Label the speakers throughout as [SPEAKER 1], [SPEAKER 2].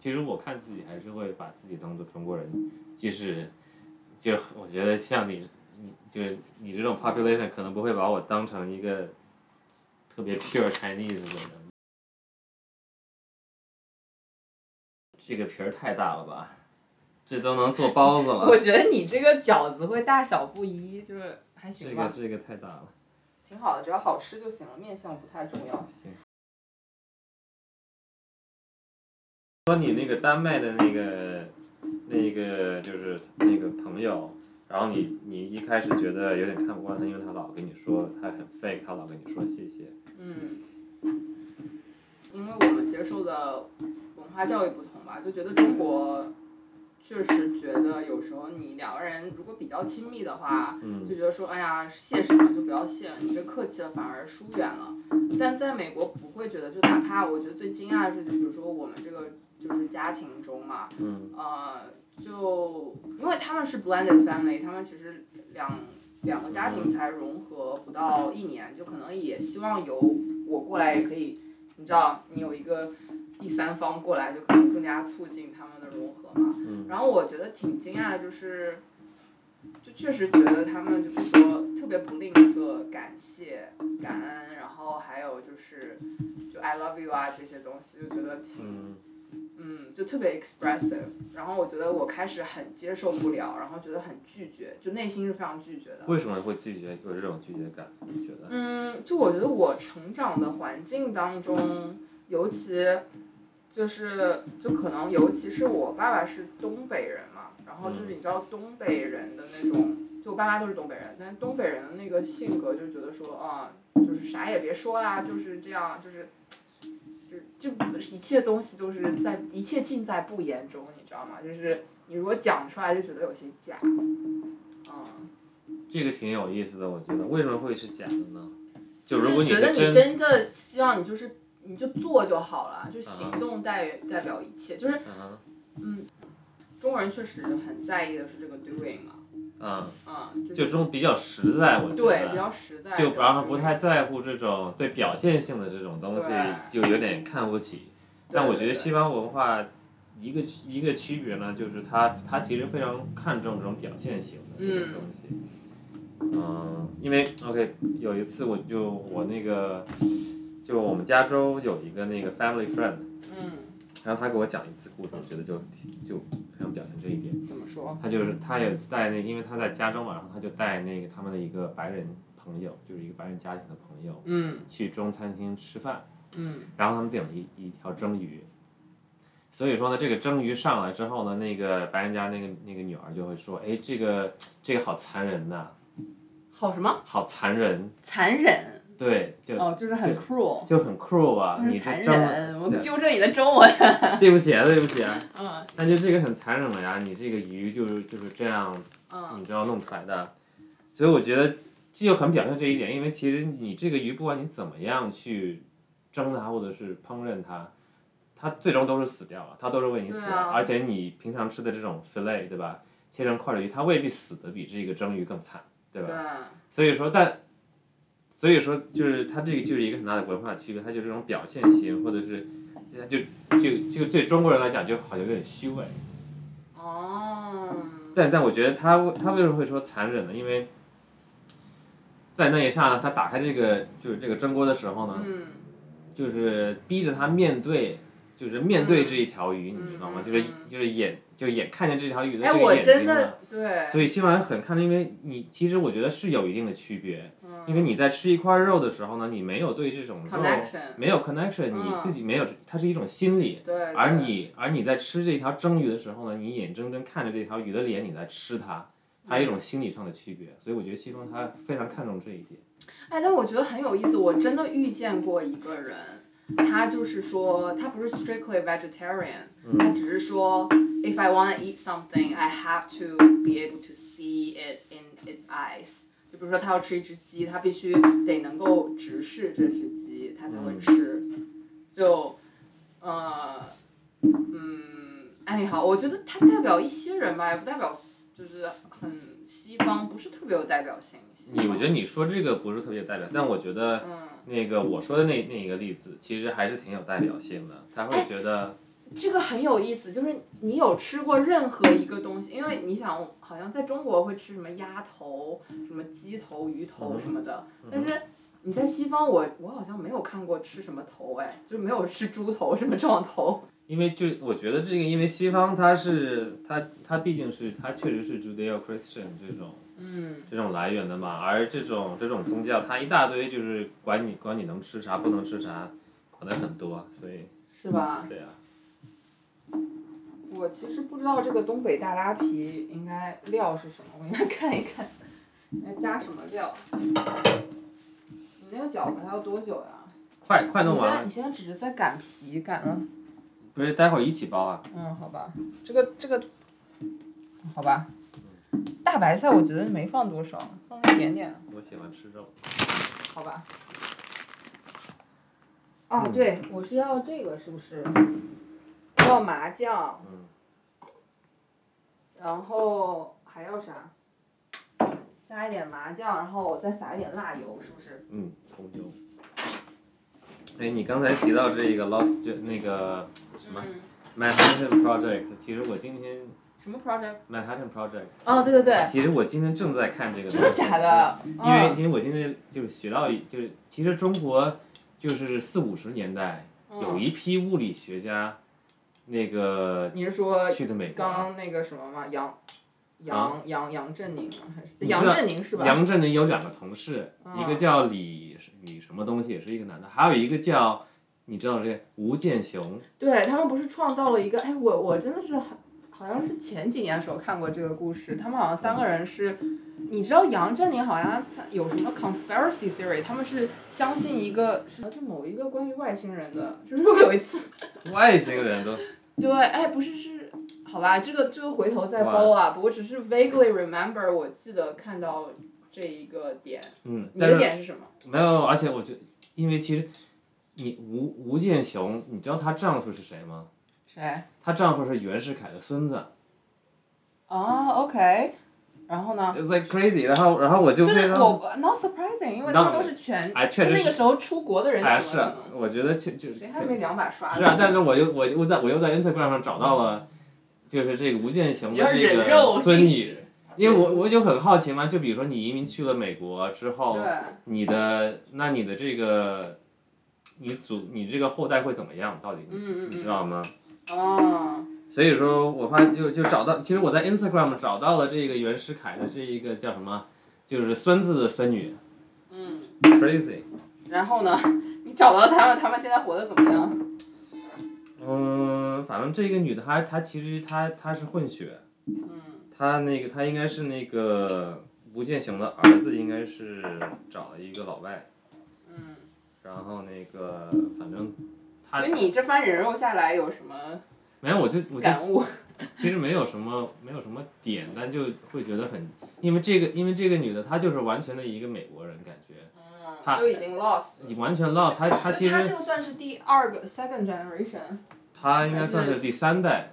[SPEAKER 1] 其实我看自己还是会把自己当做中国人，即使就是我觉得像你，你就是你这种 population 可能不会把我当成一个特别 pure Chinese 的人。这个皮儿太大了吧，这都能做包子
[SPEAKER 2] 我
[SPEAKER 1] 了。
[SPEAKER 2] 觉得你这个饺子会大小不一，就是还
[SPEAKER 1] 这
[SPEAKER 2] 行
[SPEAKER 1] 个
[SPEAKER 2] 吧，
[SPEAKER 1] 这个太大了。
[SPEAKER 2] 挺好的，只要好吃就行了，面相不太重要。
[SPEAKER 1] 说你那个丹麦的那个那个就是那个朋友，然后你你一开始觉得有点看不惯他，因为他老跟你说他很 fake，他老跟你说谢谢。
[SPEAKER 2] 嗯，因为我们接受的文化教育不同吧，就觉得中国确实觉得有时候你两个人如果比较亲密的话，
[SPEAKER 1] 嗯
[SPEAKER 2] 就觉得说哎呀谢什么就不要谢了，你这客气了反而疏远了。但在美国不会觉得，就哪怕我觉得最惊讶的事情，比如说我们这个就是家庭中嘛，
[SPEAKER 1] 嗯
[SPEAKER 2] 呃，就因为他们是 blended family，他们其实两两个家庭才融合不到一年，就可能也希望由我过来也可以，你知道，你有一个第三方过来，就可能更加促进他们的融合嘛。
[SPEAKER 1] 嗯
[SPEAKER 2] 然后我觉得挺惊讶的，就是就确实觉得他们就是说特别不吝啬感谢、感恩，然后还有就是就 I love you 啊这些东西，就觉得挺。
[SPEAKER 1] 嗯
[SPEAKER 2] 嗯，就特别 expressive。然后我觉得我开始很接受不了，然后觉得很拒绝，就内心是非常拒绝的。
[SPEAKER 1] 为什么会拒绝有这种拒绝感？你觉得？
[SPEAKER 2] 嗯，就我觉得我成长的环境当中，尤其就是就可能尤其是我爸爸是东北人嘛，然后就是你知道东北人的那种，就我爸妈都是东北人，但是东北人的那个性格就觉得说啊、就是啥也别说啦，就是这样，就是。就就一切东西都是在一切尽在不言中，你知道吗？就是你如果讲出来，就觉得有些假，嗯。
[SPEAKER 1] 这个挺有意思的，我觉得为什么会是假的呢？就如果
[SPEAKER 2] 就是
[SPEAKER 1] 是
[SPEAKER 2] 觉得你
[SPEAKER 1] 真，
[SPEAKER 2] 真的希望你就是你就做就好了，就
[SPEAKER 1] 啊
[SPEAKER 2] 行动代代表一切。就是
[SPEAKER 1] 嗯
[SPEAKER 2] 中国人确实很在意的是这个 doing 嘛，
[SPEAKER 1] 嗯，
[SPEAKER 2] 嗯，
[SPEAKER 1] 就是中比较实在，我觉
[SPEAKER 2] 对比
[SPEAKER 1] 得。
[SPEAKER 2] 较实在，
[SPEAKER 1] 就然后不太
[SPEAKER 2] 对，
[SPEAKER 1] 在乎这种对表现性的这种东西，就
[SPEAKER 2] 对
[SPEAKER 1] 有点看不起。但我觉得西方文化一个区一个区别呢，就是它它其实非常看重这种表现型的这种东西。嗯，因为 OK，有一次我就我那个，就我们加州有一个那个 family friend，
[SPEAKER 2] 嗯，
[SPEAKER 1] 然后他给我讲一次故事，我觉得就挺就非常表现这一点。
[SPEAKER 2] 怎么说？
[SPEAKER 1] 他就是他有一次带那个，因为他在加州嘛，然后他就带那个他们的一个白人朋友，就是一个白人家庭的朋友
[SPEAKER 2] 嗯
[SPEAKER 1] 去中餐厅吃饭。
[SPEAKER 2] 嗯
[SPEAKER 1] 然后他们点了一一条蒸鱼，所以说呢，这个蒸鱼上来之后呢，那个白人家那个那个女儿就会说，哎，这个这个好残忍呐、
[SPEAKER 2] 好什么
[SPEAKER 1] 好残忍，
[SPEAKER 2] 残忍？
[SPEAKER 1] 对，就
[SPEAKER 2] 哦，就是很
[SPEAKER 1] 对
[SPEAKER 2] cruel，
[SPEAKER 1] 就很 cruel 啊，
[SPEAKER 2] 就
[SPEAKER 1] 你
[SPEAKER 2] 是
[SPEAKER 1] 这
[SPEAKER 2] 残
[SPEAKER 1] 蒸，
[SPEAKER 2] 忍。我
[SPEAKER 1] 对
[SPEAKER 2] 纠正你的中文，
[SPEAKER 1] 对不起啊，对不起啊，
[SPEAKER 2] 嗯
[SPEAKER 1] 那就这个很残忍了呀，你这个鱼就是就是这样，
[SPEAKER 2] 嗯
[SPEAKER 1] 你知道弄出来的，所以我觉得这就很表现这一点，因为其实你这个鱼不管你怎么样去蒸它或者是烹饪它，它最终都是死掉了，它都是为你死
[SPEAKER 2] 对
[SPEAKER 1] 了。
[SPEAKER 2] 啊
[SPEAKER 1] 而且你平常吃的这种 fillet 对吧，切成块的鱼，它未必死的比这个蒸鱼更惨，对吧？
[SPEAKER 2] 对，哦
[SPEAKER 1] 所以说，但所以说就是它这个就是一个很大的文化区别，它就这种表现型或者是就就就对中国人来讲就好像有点虚伪。
[SPEAKER 2] 哦，
[SPEAKER 1] 但但我觉得他为他为什么会说残忍呢？因为在那一刹那，他打开这个就是这个蒸锅的时候呢，
[SPEAKER 2] 嗯
[SPEAKER 1] 就是逼着他面对，就是面对这一条鱼，
[SPEAKER 2] 嗯
[SPEAKER 1] 你知道吗？
[SPEAKER 2] 嗯
[SPEAKER 1] 就是
[SPEAKER 2] 嗯
[SPEAKER 1] 就是眼就是眼看见这条鱼的
[SPEAKER 2] 哎，
[SPEAKER 1] 这个
[SPEAKER 2] 我
[SPEAKER 1] 眼睛
[SPEAKER 2] 真
[SPEAKER 1] 了。
[SPEAKER 2] 的对，
[SPEAKER 1] 所以西方人很看，因为你其实我觉得是有一定的区别，因为
[SPEAKER 2] 你
[SPEAKER 1] 你在吃一块肉的时候呢，你没有对这种肉
[SPEAKER 2] connection，
[SPEAKER 1] 没有 connection，
[SPEAKER 2] 嗯
[SPEAKER 1] 你自己没有，它是一种心理。
[SPEAKER 2] 对，对
[SPEAKER 1] 而你而你在吃这条蒸鱼的时候呢，你眼睁睁看着这条鱼的脸，你在吃它，它有一种心理上的区别，所以我觉得西方
[SPEAKER 2] 嗯
[SPEAKER 1] 它非常看重这一点。
[SPEAKER 2] 哎，但我觉得很有意思，我真的遇见过一个人，他就是说他不是 strictly vegetarian，、他只是说 if I wanna eat something, I have to be able to see it in its eyes。就比如说他要吃一只鸡，他必须得能够直视这只鸡，他才会吃。就，呃，嗯，哎，你好，我觉得它代表一些人吧，也不代表就是很西方，不是特别有代表性。
[SPEAKER 1] 你我觉得你说这个不是特别有代表，但我觉得
[SPEAKER 2] 嗯。哎
[SPEAKER 1] 那个我说的那那一个例子其实还是挺有代表性的，他会觉得
[SPEAKER 2] 这个很有意思，就是你有吃过任何一个东西，因为你想，好像在中国会吃什么鸭头、什么鸡头、鱼头什么的，但是你在西方我，我好像没有看过吃什么头，哎，就没有吃猪头什么这种头。
[SPEAKER 1] 因为就我觉得这个，因为西方它是它它毕竟是它确实是 Judeo-Christian 这种
[SPEAKER 2] 嗯
[SPEAKER 1] 这种来源的嘛，而这种这种宗教它一大堆就是管你管你能吃啥不能吃啥，管的很多，所以，
[SPEAKER 2] 是吧？
[SPEAKER 1] 对啊，
[SPEAKER 2] 我其实不知道这个东北大拉皮应该料是什么，我应该看一看，应该加什么料。你那个饺子还要多久呀？
[SPEAKER 1] 快快弄完
[SPEAKER 2] 你现在
[SPEAKER 1] 了，
[SPEAKER 2] 你现在只是在擀皮，擀了
[SPEAKER 1] 不是待会儿一起包啊？
[SPEAKER 2] 嗯，好吧，这个这个，好吧，大白菜我觉得没放多少，放了一点点，
[SPEAKER 1] 我喜欢吃肉，
[SPEAKER 2] 好吧。啊，对，我是要这个是不是？要麻酱，
[SPEAKER 1] 嗯，
[SPEAKER 2] 然后还要啥？加一点麻酱，然后我再撒一点辣油，是不是？
[SPEAKER 1] 嗯，红油。哎，你刚才提到这个 Lost 就那个什么
[SPEAKER 2] 嗯，
[SPEAKER 1] Manhattan Project，其实我今天
[SPEAKER 2] 什么 project？
[SPEAKER 1] Manhattan Project，
[SPEAKER 2] 哦，对对对，
[SPEAKER 1] 其实我今天正在看这个东
[SPEAKER 2] 真
[SPEAKER 1] 西。
[SPEAKER 2] 的假的？
[SPEAKER 1] 因为
[SPEAKER 2] 嗯
[SPEAKER 1] 因为我现在就是学到一，就是其实中国就是四五十年代有
[SPEAKER 2] 嗯
[SPEAKER 1] 一批物理学家，那个
[SPEAKER 2] 你是说
[SPEAKER 1] 去的美国
[SPEAKER 2] 刚
[SPEAKER 1] 啊，
[SPEAKER 2] 刚那个什么吗？杨
[SPEAKER 1] 啊
[SPEAKER 2] 杨杨杨振宁吗？还是
[SPEAKER 1] 你
[SPEAKER 2] 杨
[SPEAKER 1] 知道
[SPEAKER 2] 振宁是吧？
[SPEAKER 1] 杨振宁有两个同事，
[SPEAKER 2] 嗯
[SPEAKER 1] 一个叫李李什么东西，也是一个男的，还有一个叫你知道这吴建雄，
[SPEAKER 2] 对他们不是创造了一个，哎，我我真的是好，好像是前几年的时候看过这个故事，他们好像三个人是，你知道杨振宁好像在有什么 conspiracy theory，他们是相信一个是就某一个关于外星人的，就是有一次，
[SPEAKER 1] 外星人 都
[SPEAKER 2] 对，哎，不是是。好吧，这个这个回头再
[SPEAKER 1] 哇
[SPEAKER 2] follow up。我只是 vaguely remember，我记得看到这一个点。
[SPEAKER 1] 嗯，
[SPEAKER 2] 你
[SPEAKER 1] 但
[SPEAKER 2] 的
[SPEAKER 1] 是
[SPEAKER 2] 点是什么？
[SPEAKER 1] 没有，而且我觉得，因为其实你吴吴建雄，你知道她丈夫是谁吗？
[SPEAKER 2] 谁？
[SPEAKER 1] 她丈夫是袁世凯的孙子
[SPEAKER 2] 啊，OK。然后呢？
[SPEAKER 1] ，It's like crazy，然后然后我就
[SPEAKER 2] 就
[SPEAKER 1] 非
[SPEAKER 2] 是
[SPEAKER 1] 常。
[SPEAKER 2] 我 not surprising，因为他们都是全
[SPEAKER 1] 哎，确实
[SPEAKER 2] 那
[SPEAKER 1] 是
[SPEAKER 2] 个时候出国的人
[SPEAKER 1] 哎，
[SPEAKER 2] 怎
[SPEAKER 1] 是
[SPEAKER 2] 么可
[SPEAKER 1] 啊
[SPEAKER 2] 能？，
[SPEAKER 1] 我觉得确就是
[SPEAKER 2] 谁还没两把刷
[SPEAKER 1] 是
[SPEAKER 2] 子？
[SPEAKER 1] 啊，但是我又我又在我又在 Instagram 上找到了，就是这个吴建雄
[SPEAKER 2] 你
[SPEAKER 1] 的
[SPEAKER 2] 要
[SPEAKER 1] 这
[SPEAKER 2] 人
[SPEAKER 1] 个
[SPEAKER 2] 肉
[SPEAKER 1] 孙
[SPEAKER 2] 历
[SPEAKER 1] 女
[SPEAKER 2] 史，嗯
[SPEAKER 1] 因为我我就很好奇嘛，就比如说你移民去了美国之后，
[SPEAKER 2] 对，
[SPEAKER 1] 你的那你的这个，你祖你这个后代会怎么样？到底你
[SPEAKER 2] 嗯嗯
[SPEAKER 1] 知
[SPEAKER 2] 嗯，
[SPEAKER 1] 道吗？
[SPEAKER 2] 哦，
[SPEAKER 1] 所以说，我发现就就找到，其实我在 Instagram 找到了这个袁世凯的这一个叫什么，就是孙子的孙女
[SPEAKER 2] 嗯，
[SPEAKER 1] ，crazy。
[SPEAKER 2] 然后呢？你找到他们，他们现在活得怎么样？
[SPEAKER 1] 嗯，反正这个女的她她其实她她是混血，
[SPEAKER 2] 嗯，
[SPEAKER 1] 她那个她应该是那个吴建雄的儿子，应该是找了一个老外，
[SPEAKER 2] 嗯，
[SPEAKER 1] 然后那个反正她
[SPEAKER 2] 所以你这番人肉下来有什么
[SPEAKER 1] 没有，我就我就
[SPEAKER 2] 感悟？
[SPEAKER 1] 其实没有什么没有什么点，但就会觉得很，因为这个因为这个女的她就是完全的一个美国人感觉，
[SPEAKER 2] 嗯，就已经 lost 了。
[SPEAKER 1] 你完全落她她其
[SPEAKER 2] 他
[SPEAKER 1] 实
[SPEAKER 2] 这个算是第二个 second generation，
[SPEAKER 1] 她应该算是第三代，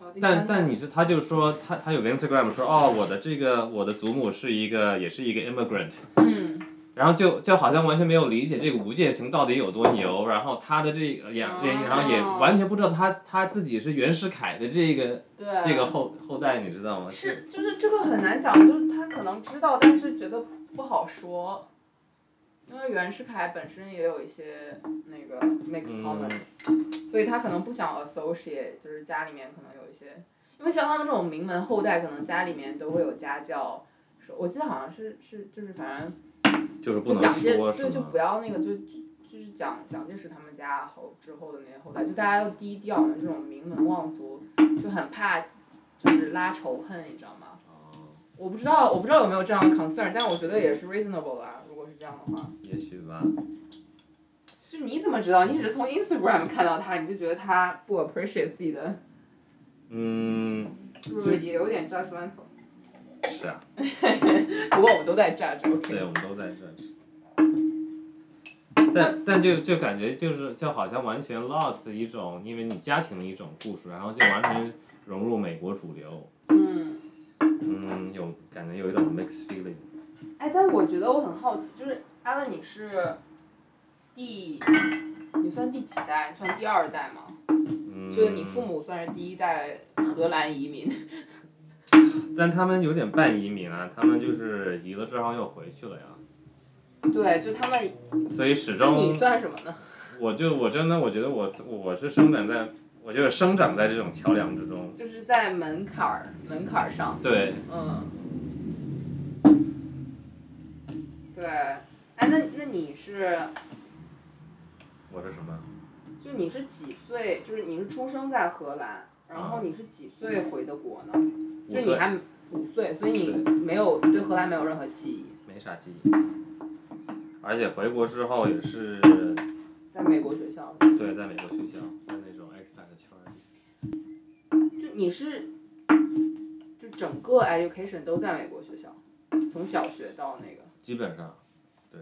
[SPEAKER 2] 哦，第
[SPEAKER 1] 但
[SPEAKER 2] 三代
[SPEAKER 1] 但你这，他就说他他有个 Instagram 说哦，我的这个我的祖母是一个也是一个 immigrant，
[SPEAKER 2] 嗯，
[SPEAKER 1] 然后就就好像完全没有理解这个吴建雄到底有多牛，然后他的这个也也然后也
[SPEAKER 2] 哦
[SPEAKER 1] 完全不知道他他自己是袁世凯的这个
[SPEAKER 2] 对，
[SPEAKER 1] 这个后后代，你知道吗？
[SPEAKER 2] 是，就是这个很难讲，就是他可能知道，但是觉得不好说，因为袁世凯本身也有一些那个 mixed
[SPEAKER 1] 嗯
[SPEAKER 2] comments，、所以他可能不想 associate，就是家里面可能有一些，因为像他们这种名门后代，可能家里面都会有家教，说我记得好像是是就是反正
[SPEAKER 1] 就是不
[SPEAKER 2] 就
[SPEAKER 1] 能
[SPEAKER 2] 蒋介
[SPEAKER 1] 说
[SPEAKER 2] 对
[SPEAKER 1] 什
[SPEAKER 2] 就
[SPEAKER 1] 么
[SPEAKER 2] 不。要那个就就就是蒋蒋介石他们家后之后的那些后代，就大家要低调嘛，这种名门望族就很怕就是拉仇恨，你知道吗？
[SPEAKER 1] 哦
[SPEAKER 2] 我不知道，我不知道有没有这样的 concern，但我觉得也是 reasonable 啦。如果是这样的话，
[SPEAKER 1] 也许吧，
[SPEAKER 2] 就你怎么知道？你只是从 Instagram 看到他，你就觉得他不 appreciate 自己的，
[SPEAKER 1] 嗯，
[SPEAKER 2] 是不是也有点 judgmental？
[SPEAKER 1] 是啊，
[SPEAKER 2] 不过我们都在 judge。
[SPEAKER 1] 对，
[SPEAKER 2] OK。
[SPEAKER 1] 我们都在这儿。但但就就感觉就是就好像完全 lost 一种，因为你家庭的一种故事，然后就完全融入美国主流，
[SPEAKER 2] 嗯，
[SPEAKER 1] 嗯，有感觉有一种 mixed feeling。
[SPEAKER 2] 哎，但我觉得我很好奇，就是阿文，你是第，你算第几代？算第二代吗？
[SPEAKER 1] 嗯，
[SPEAKER 2] 就是你父母算是第一代荷兰移民，
[SPEAKER 1] 但他们有点半移民啊，他们就是移了之后又回去了呀，
[SPEAKER 2] 对，就他们，
[SPEAKER 1] 所以始
[SPEAKER 2] 就
[SPEAKER 1] 终
[SPEAKER 2] 你算什么呢？
[SPEAKER 1] 我就我真的我觉得我我是生长在，我就是生长在这种桥梁之中。
[SPEAKER 2] 就是在门槛儿门槛儿上，
[SPEAKER 1] 对，
[SPEAKER 2] 嗯，对，哎，那那你是
[SPEAKER 1] 我是什么？
[SPEAKER 2] 就你是几岁？就是你是出生在荷兰，然后
[SPEAKER 1] 啊
[SPEAKER 2] 你是几岁回的国呢？
[SPEAKER 1] 五
[SPEAKER 2] 就是你
[SPEAKER 1] 岁，
[SPEAKER 2] 还五岁，所以你没有对荷兰没有任何记忆。
[SPEAKER 1] 没啥记忆，而且回国之后也是
[SPEAKER 2] 在美国学校，
[SPEAKER 1] 对，在美国学校，在那种 expat 的圈儿里。
[SPEAKER 2] 就你是，就整个 education 都在美国学校，从小学到那个，
[SPEAKER 1] 基本上，对，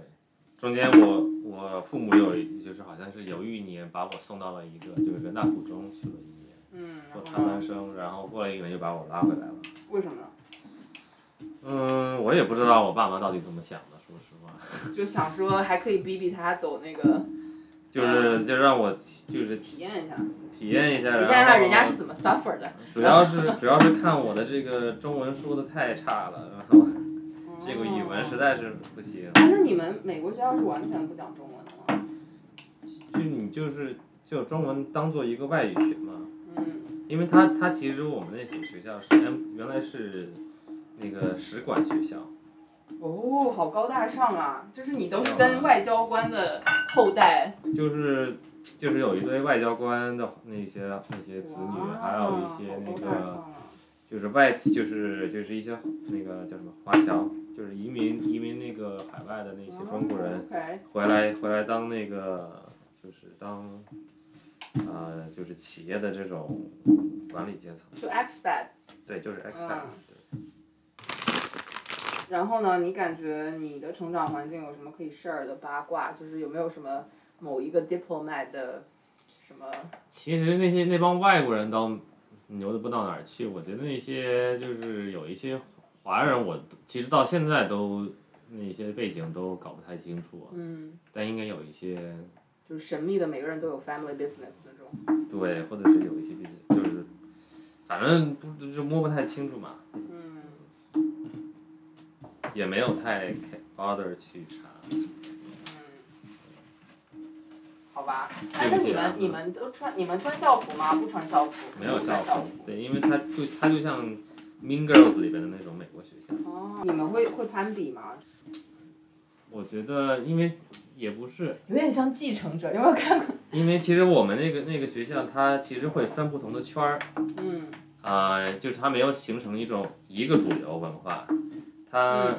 [SPEAKER 1] 中间我我父母有就是好像是犹豫一年，把我送到了一个就是人大附中去了一年，
[SPEAKER 2] 嗯，
[SPEAKER 1] 做
[SPEAKER 2] 然
[SPEAKER 1] 插
[SPEAKER 2] 后呢
[SPEAKER 1] 班生，然后过了一年就把我拉回来了。
[SPEAKER 2] 为什么呢？
[SPEAKER 1] 嗯，我也不知道我爸妈到底怎么想的，说实话，
[SPEAKER 2] 就想说还可以逼逼他走那个
[SPEAKER 1] 就是就让我体就是
[SPEAKER 2] 体验一 下，
[SPEAKER 1] 体验一下，
[SPEAKER 2] 嗯体验一下
[SPEAKER 1] 然后
[SPEAKER 2] 人家是怎么 suffer 的。
[SPEAKER 1] 主要是主要是看我的这个中文说的太差了，然后这个语
[SPEAKER 2] 哦
[SPEAKER 1] 文实在是不行。
[SPEAKER 2] 哎，那你们美国学校是完全不讲中文的吗？
[SPEAKER 1] 就你就是就中文当做一个外语学嘛，
[SPEAKER 2] 嗯，
[SPEAKER 1] 因为它它其实我们那所学校是嗯原来是那个使馆学校，
[SPEAKER 2] 哦，好高大上啊！就是你都是跟外交官的后代，
[SPEAKER 1] 就是就是有一堆外交官的那些那些子女，还有一些那
[SPEAKER 2] 哇好高大
[SPEAKER 1] 个
[SPEAKER 2] 上啊
[SPEAKER 1] 就是外企就是就是一些那个叫什么华侨，就是移民移民那个海外的那些中国人
[SPEAKER 2] 哦，OK，
[SPEAKER 1] 回来回来当那个就是当。呃，就是企业的这种管理阶层，
[SPEAKER 2] 就 expat。
[SPEAKER 1] 对，就是 expat，、对。
[SPEAKER 2] 然后呢，你感觉你的成长环境有什么可以 share 的八卦？就是有没有什么某一个 diplomat 的什么？
[SPEAKER 1] 其实那些那帮外国人都牛的不到哪儿去，我觉得那些就是有一些华人，我其实到现在都那些背景都搞不太清楚，
[SPEAKER 2] 嗯，
[SPEAKER 1] 但应该有一些
[SPEAKER 2] 就是神秘的，每个人都有 family business 那种。
[SPEAKER 1] 对，或者是有一些背景，就是反正不就是摸不太清楚嘛，
[SPEAKER 2] 嗯，
[SPEAKER 1] 也没有太 bother 去查。
[SPEAKER 2] 嗯好吧。哎，那你们你们都穿你们穿校服吗？不穿校服？
[SPEAKER 1] 啊嗯没有
[SPEAKER 2] 不
[SPEAKER 1] 校
[SPEAKER 2] 穿校
[SPEAKER 1] 服，对，因为它就它就像 Mean Girls 里边的那种美国学校。
[SPEAKER 2] 哦，你们会会攀比吗？
[SPEAKER 1] 我觉得，因为也不是，
[SPEAKER 2] 有点像继承者，有没有看过？
[SPEAKER 1] 因为其实我们那个那个学校，它其实会分不同的圈儿，
[SPEAKER 2] 嗯
[SPEAKER 1] 呃，就是它没有形成一种一个主流文化，它，
[SPEAKER 2] 嗯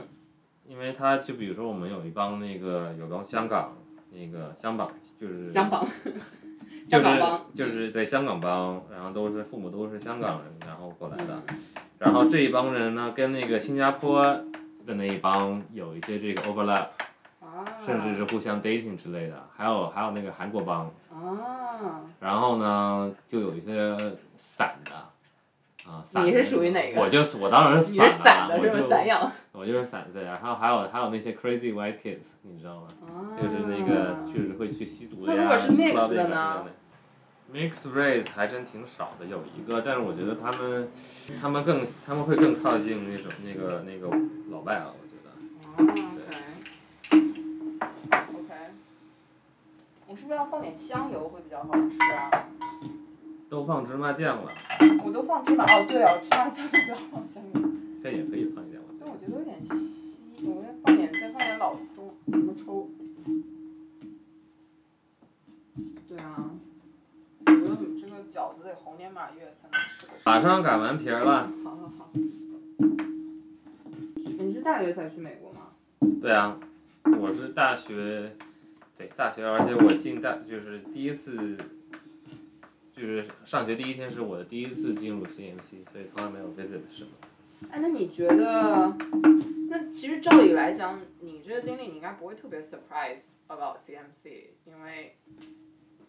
[SPEAKER 1] 因为它就比如说我们有一帮那个有帮香港那个香港就是
[SPEAKER 2] 香港，
[SPEAKER 1] 就
[SPEAKER 2] 香港
[SPEAKER 1] 是
[SPEAKER 2] 帮。
[SPEAKER 1] 就是对香港帮，然后都是父母都是香港人，然后过来的，然后这一帮人呢跟那个新加坡的那一帮有一些这个 overlap，
[SPEAKER 2] 啊。
[SPEAKER 1] 甚至是互相 dating 之类的，还有还有那个韩国帮。
[SPEAKER 2] 啊，
[SPEAKER 1] 然后呢，就有一些散的，啊，散的
[SPEAKER 2] 你是属于哪个
[SPEAKER 1] 我就是我当然
[SPEAKER 2] 你是散
[SPEAKER 1] 散
[SPEAKER 2] 的
[SPEAKER 1] 了，
[SPEAKER 2] 是
[SPEAKER 1] 我就
[SPEAKER 2] 吧？散养。
[SPEAKER 1] 我就是散的，然后还有还有那些 crazy white kids，你知道吗？ 就是那
[SPEAKER 2] 啊
[SPEAKER 1] 个就是会去吸毒的
[SPEAKER 2] 嗯那
[SPEAKER 1] 呀，
[SPEAKER 2] 如果是
[SPEAKER 1] 去
[SPEAKER 2] mix
[SPEAKER 1] clubbing
[SPEAKER 2] 的
[SPEAKER 1] 啊
[SPEAKER 2] 呢
[SPEAKER 1] 之类的 Mix race 还真挺少的，有一个，但是我觉得他们，他们更，他们会更靠近那种那个那个老外啊，我觉得。
[SPEAKER 2] 啊 OK，我是不是要放点香油会比较好吃啊？
[SPEAKER 1] 都放芝麻酱了，
[SPEAKER 2] 我都放芝麻哦，对哦，芝麻酱就不要放香油，
[SPEAKER 1] 这也可以放一点，我觉
[SPEAKER 2] 但
[SPEAKER 1] 得。
[SPEAKER 2] 我觉得有点稀，我应该放点再放点老中什么抽。对啊，我觉得你这个饺子得猴年马月才能吃得
[SPEAKER 1] 马上擀完皮儿了，
[SPEAKER 2] 好好好。你是大学才去美国吗？
[SPEAKER 1] 对啊，我是大学，对大学，而且我进大就是第一次，就是上学第一天是我的第一次进入 CMC，所以从来没有 visit 什么。
[SPEAKER 2] 哎，那你觉得，那其实照理来讲，你这个经历你应该不会特别 surprise about CMC，因为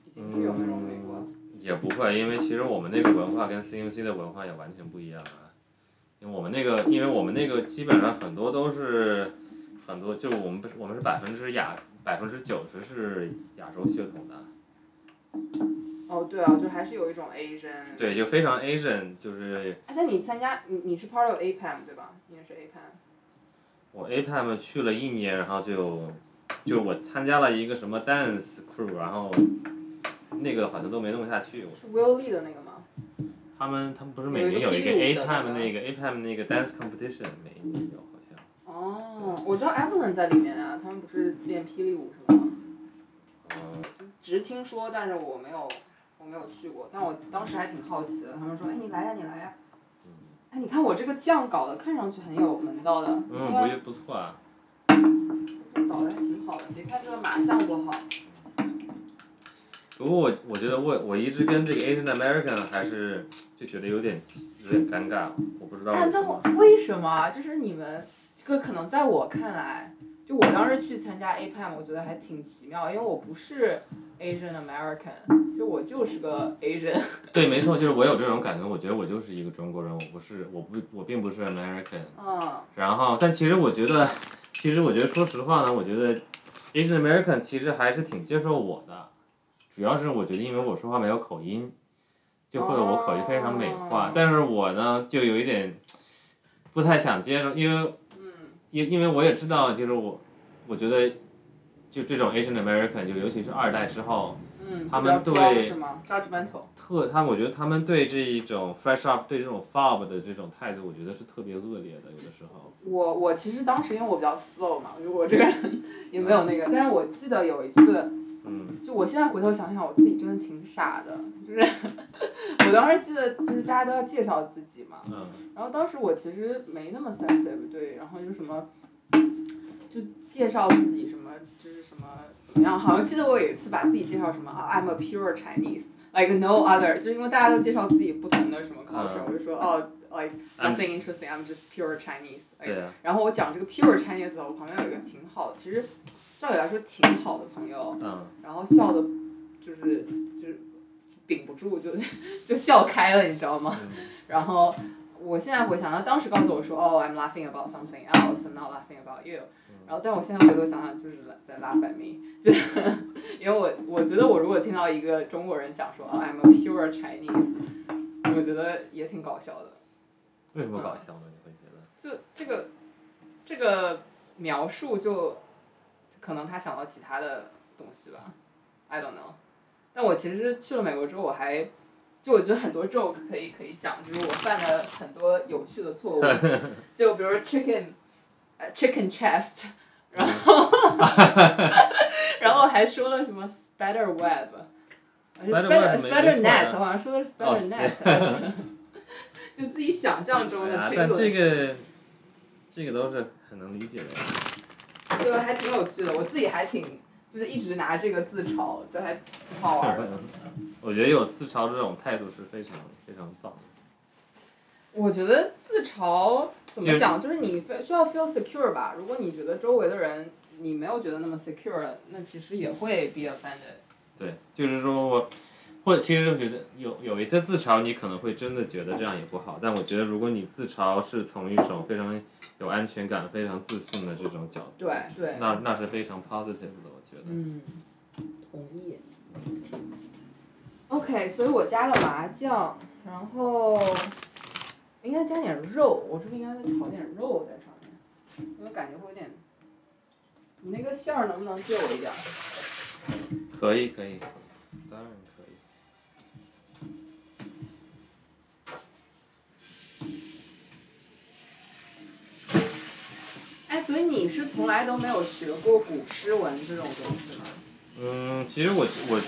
[SPEAKER 2] 已经是有那种美国。
[SPEAKER 1] 也不会，因为其实我们那个文化跟 CMC 的文化也完全不一样啊。因为我们那个，因为我们那个基本上很多都是很多，就我们不是我们是百分之亚百分之九十是亚洲血统的，
[SPEAKER 2] 哦，对啊，就还是有一种 Asian。
[SPEAKER 1] 对，就非常 Asian，就是
[SPEAKER 2] 哎，但你参加你你是 part of APAM 对吧？你也是 E APAM。
[SPEAKER 1] 我 APAM 去了一年，然后就就我参加了一个什么 dance crew，然后那个好像都没弄下去。
[SPEAKER 2] 是 Will Lee 的那个吗？
[SPEAKER 1] 他们他们不是每年有一个
[SPEAKER 2] 有一个霹雳舞的
[SPEAKER 1] APAM
[SPEAKER 2] 那
[SPEAKER 1] 那个 APAM 那个 dance competition，每一年有好像。
[SPEAKER 2] 哦，我知道 Evelyn 在里面啊，他们不是练霹雳舞什么吗？
[SPEAKER 1] 嗯，
[SPEAKER 2] 只是听说，但是我没有我没有去过，但我当时还挺好奇的。他们说，哎，你来呀、你来呀、哎，你看我这个酱搞的，看上去很有门道的，
[SPEAKER 1] 嗯，
[SPEAKER 2] 对
[SPEAKER 1] 我
[SPEAKER 2] 啊
[SPEAKER 1] 觉得不错啊。
[SPEAKER 2] 搞得还挺好的。别看这个马像多好，
[SPEAKER 1] 不过我我觉得我我一直跟这个 Asian American 还是就觉得有点有点尴尬，我不知道为
[SPEAKER 2] 哎，
[SPEAKER 1] 什
[SPEAKER 2] 那我
[SPEAKER 1] 么。
[SPEAKER 2] 为什么？啊就是你们这个可能在我看来，就我当时去参加 APAM，我觉得还挺奇妙，因为我不是 Asian American，就我就是个 Asian。
[SPEAKER 1] 对，没错，就是我有这种感觉，我觉得我就是一个中国人，我不是，我不，我并不是 American。
[SPEAKER 2] 嗯，
[SPEAKER 1] 然后，但其实我觉得，其实我觉得，说实话呢，我觉得 Asian American 其实还是挺接受我的，主要是我觉得因为我说话没有口音，就或者我口音非常美化，
[SPEAKER 2] 哦
[SPEAKER 1] 但是我呢就有一点不太想接受，因为，因因为我也知道，就是我，我觉得就这种 Asian American，就尤其是二代之后，
[SPEAKER 2] 嗯，
[SPEAKER 1] 他
[SPEAKER 2] 比较
[SPEAKER 1] 们对
[SPEAKER 2] judge 是吗？Judgmental。
[SPEAKER 1] 特他们我觉得他们对这一种 fresh up 对这种 fob 的这种态度，我觉得是特别恶劣的，有的时候。
[SPEAKER 2] 我我其实当时因为我比较 slow 嘛，就我这个人也没有那个，但是我记得有一次，
[SPEAKER 1] 嗯，
[SPEAKER 2] 就我现在回头想想，我自己真的挺傻的，就是 我当时记得就是大家都要介绍自己嘛，
[SPEAKER 1] 嗯
[SPEAKER 2] 然后当时我其实没那么 sensitive，对，然后就什么，就介绍自己什么，就是什么怎么样，好像记得我有一次把自己介绍什么啊，I'm a pure Chinese，like no other，就是因为大家都介绍自己不同的什么 culture，、我就说哦，like
[SPEAKER 1] 嗯 I'm-
[SPEAKER 2] nothing interesting，I'm just pure Chinese，like
[SPEAKER 1] 对啊。
[SPEAKER 2] 然后我讲这个 pure Chinese 的时候，我旁边有一个挺好的，其实照理来说挺好的朋友，
[SPEAKER 1] 嗯，
[SPEAKER 2] 然后笑的，就是就是顶不住就 就笑开了，你知道吗？ 然后我现在回想，他当时告诉我说，哦、i m laughing about something else, I'm not laughing about you。然后，但我现在回头想想，就是在 laugh at me，就是 因为我我觉得我如果听到一个中国人讲说，哦、i m a pure Chinese，我觉得也挺搞笑的。
[SPEAKER 1] 为什么搞笑呢？你会觉得？
[SPEAKER 2] 就这个这个描述就可能他想到其他的东西吧，I don't know。但我其实去了美国之后，我还就我觉得很多 joke 可以可以讲，就是我犯了很多有趣 的错误，就比如说 chicken，呃 chicken chest，然后 然后还说了什么 spider web。还是
[SPEAKER 1] Spider
[SPEAKER 2] spider
[SPEAKER 1] web 没
[SPEAKER 2] spider
[SPEAKER 1] 没错啊
[SPEAKER 2] net，好像说的是
[SPEAKER 1] 哦
[SPEAKER 2] spider net，还是 就自己想象中
[SPEAKER 1] 哎
[SPEAKER 2] 的
[SPEAKER 1] 呀，
[SPEAKER 2] 这
[SPEAKER 1] 但
[SPEAKER 2] 个
[SPEAKER 1] 这个这个都是很能理解的。
[SPEAKER 2] 就还挺有趣的，我自己还挺就是一直拿这个自嘲，就还挺好玩 的。
[SPEAKER 1] 我觉得有自嘲这种态度是非常非常棒的。
[SPEAKER 2] 我觉得自嘲怎么讲，就是你非需要 feel secure 吧。如果你觉得周围的人你没有觉得那么 secure，那其实也会 be offended。
[SPEAKER 1] 对，就是说我，或者其实我觉得有有一些自嘲，你可能会真的觉得这样也不好。但我觉得如果你自嘲是从一种非常有安全感、非常自信的这种角度，
[SPEAKER 2] 对对，
[SPEAKER 1] 那那是非常 positive 的，我觉得。
[SPEAKER 2] 嗯，同意。OK，所以我加了麻酱，然后应该加点肉，我是不是应该再炒点肉在上面？因为感觉会有点。你那个馅儿能不能借我一点儿？
[SPEAKER 1] 可以可以，当然可以。
[SPEAKER 2] 哎，所以你是从来都没有学过古诗文这种东西吗？
[SPEAKER 1] 嗯，其实我我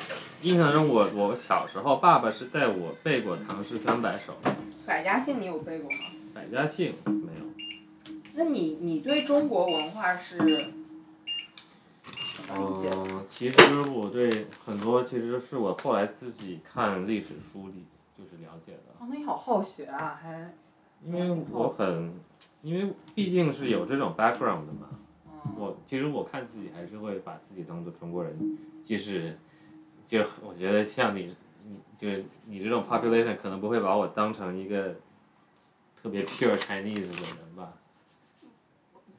[SPEAKER 1] 印象中我我小时候，爸爸是带我背过《唐诗三百首》，
[SPEAKER 2] 百家姓你有背过吗？
[SPEAKER 1] 《百家姓》没有。
[SPEAKER 2] 那你你对中国文化是怎么理解？
[SPEAKER 1] 嗯，其实我对很多其实是我后来自己看历史书里就是了解的，
[SPEAKER 2] 哦，那你好好学啊，还
[SPEAKER 1] 因为我很，因为毕竟是有这种 background 的嘛。
[SPEAKER 2] 嗯
[SPEAKER 1] 我其实我看自己还是会把自己当做中国人，即使，就是我觉得像你，你就是你这种 population 可能不会把我当成一个特别 pure Chinese 的人吧。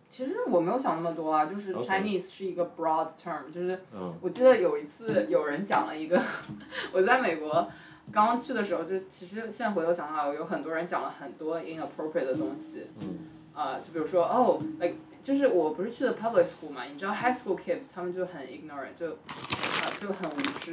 [SPEAKER 2] 其实我没有想那么多啊，就是
[SPEAKER 1] OK
[SPEAKER 2] Chinese 是一个 broad term，就是
[SPEAKER 1] 嗯
[SPEAKER 2] 我记得有一次有人讲了一个， 我在美国刚刚去的时候，就是其实现在回头想想，有很多人讲了很多 inappropriate 的东西，
[SPEAKER 1] 嗯
[SPEAKER 2] 呃，就比如说哦，like 就是我不是去的 public school 嘛，你知道 high school kid 他们就很 ignorant，就呃就很无知，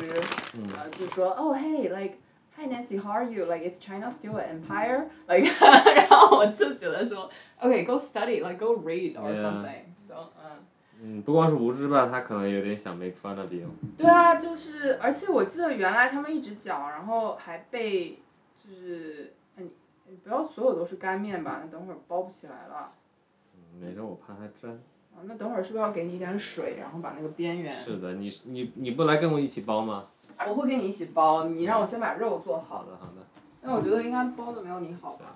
[SPEAKER 1] 嗯
[SPEAKER 2] 呃就说哦 hey like hi Nancy how are you like is China still an empire like 然后我就觉得说 OK go study like go read or
[SPEAKER 1] Yeah.
[SPEAKER 2] something，懂嗯。
[SPEAKER 1] 嗯，不光是无知吧，他可能有点想 make fun of you。
[SPEAKER 2] 对啊，就是，而且我记得原来他们一直讲，然后还被，就是，嗯，你不要所有都是干面吧，那等会儿包不起来了。
[SPEAKER 1] 嗯没事，我怕它粘。
[SPEAKER 2] 啊，那等会儿是不是要给你一点水，然后把那个边缘？
[SPEAKER 1] 是的，你你你不来跟我一起包吗？
[SPEAKER 2] 我会跟你一起包，你让我先把肉做哦好
[SPEAKER 1] 好。的好的。
[SPEAKER 2] 但我觉得应该包的没有你好吧？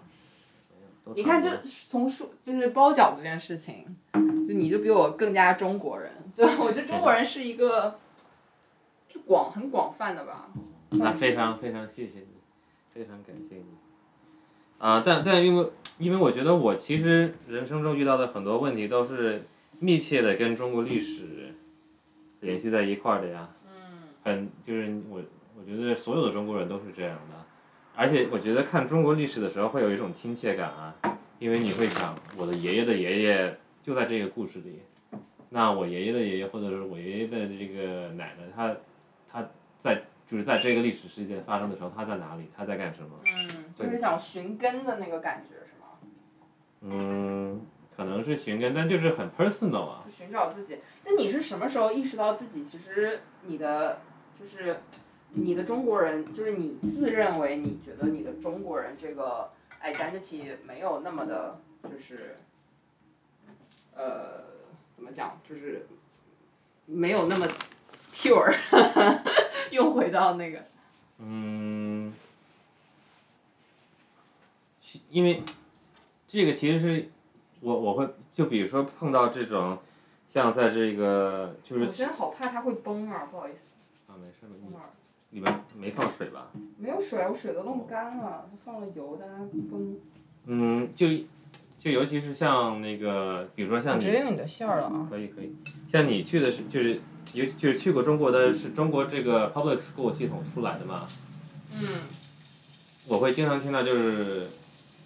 [SPEAKER 1] 都
[SPEAKER 2] 你
[SPEAKER 1] 差
[SPEAKER 2] 看，
[SPEAKER 1] 不
[SPEAKER 2] 就
[SPEAKER 1] 多
[SPEAKER 2] 从说就是包饺子这件事情，就你就比我更加中国人，就我觉得中国人是一个，就广很广泛的吧。
[SPEAKER 1] 那非常非常谢谢你，非常感谢你。啊，但但因为因为我觉得我其实人生中遇到的很多问题都是密切的跟中国历史联系在一块儿的呀。嗯。很就是我我觉得所有的中国人都是这样的，而且我觉得看中国历史的时候会有一种亲切感啊，因为你会想我的爷爷的爷爷就在这个故事里。那我爷爷的爷爷，或者是我爷爷的这个奶奶，他就是在这个历史事件发生的时候，他在哪里，他在干什么？
[SPEAKER 2] 嗯，就是想寻根的那个感觉是吗？
[SPEAKER 1] 嗯，可能是寻根，但就是很 personal 啊。
[SPEAKER 2] 就寻找自己。那你是什么时候意识到自己其实你的就是你的中国人，就是你自认为你觉得你的中国人这个哎 identity 没有那么的，就是呃怎么讲，就是没有那么 pure，又回到那个
[SPEAKER 1] 嗯，其因为这个其实是我我会就比如说碰到这种，像在这个就是
[SPEAKER 2] 我真的好怕它会崩啊，不好意思，
[SPEAKER 1] 啊没事，
[SPEAKER 2] 等
[SPEAKER 1] 你
[SPEAKER 2] 会儿
[SPEAKER 1] 里面没放水吧？
[SPEAKER 2] 没有水，我水都弄干了，放了油，但它崩。
[SPEAKER 1] 嗯，就就尤其是像那个，比如说像你
[SPEAKER 2] 用你的馅儿了啊。
[SPEAKER 1] 可以可以，像你去的是就是有就是去过中国的是中国这个 public school 系统出来的嘛？
[SPEAKER 2] 嗯。
[SPEAKER 1] 我会经常听到就是，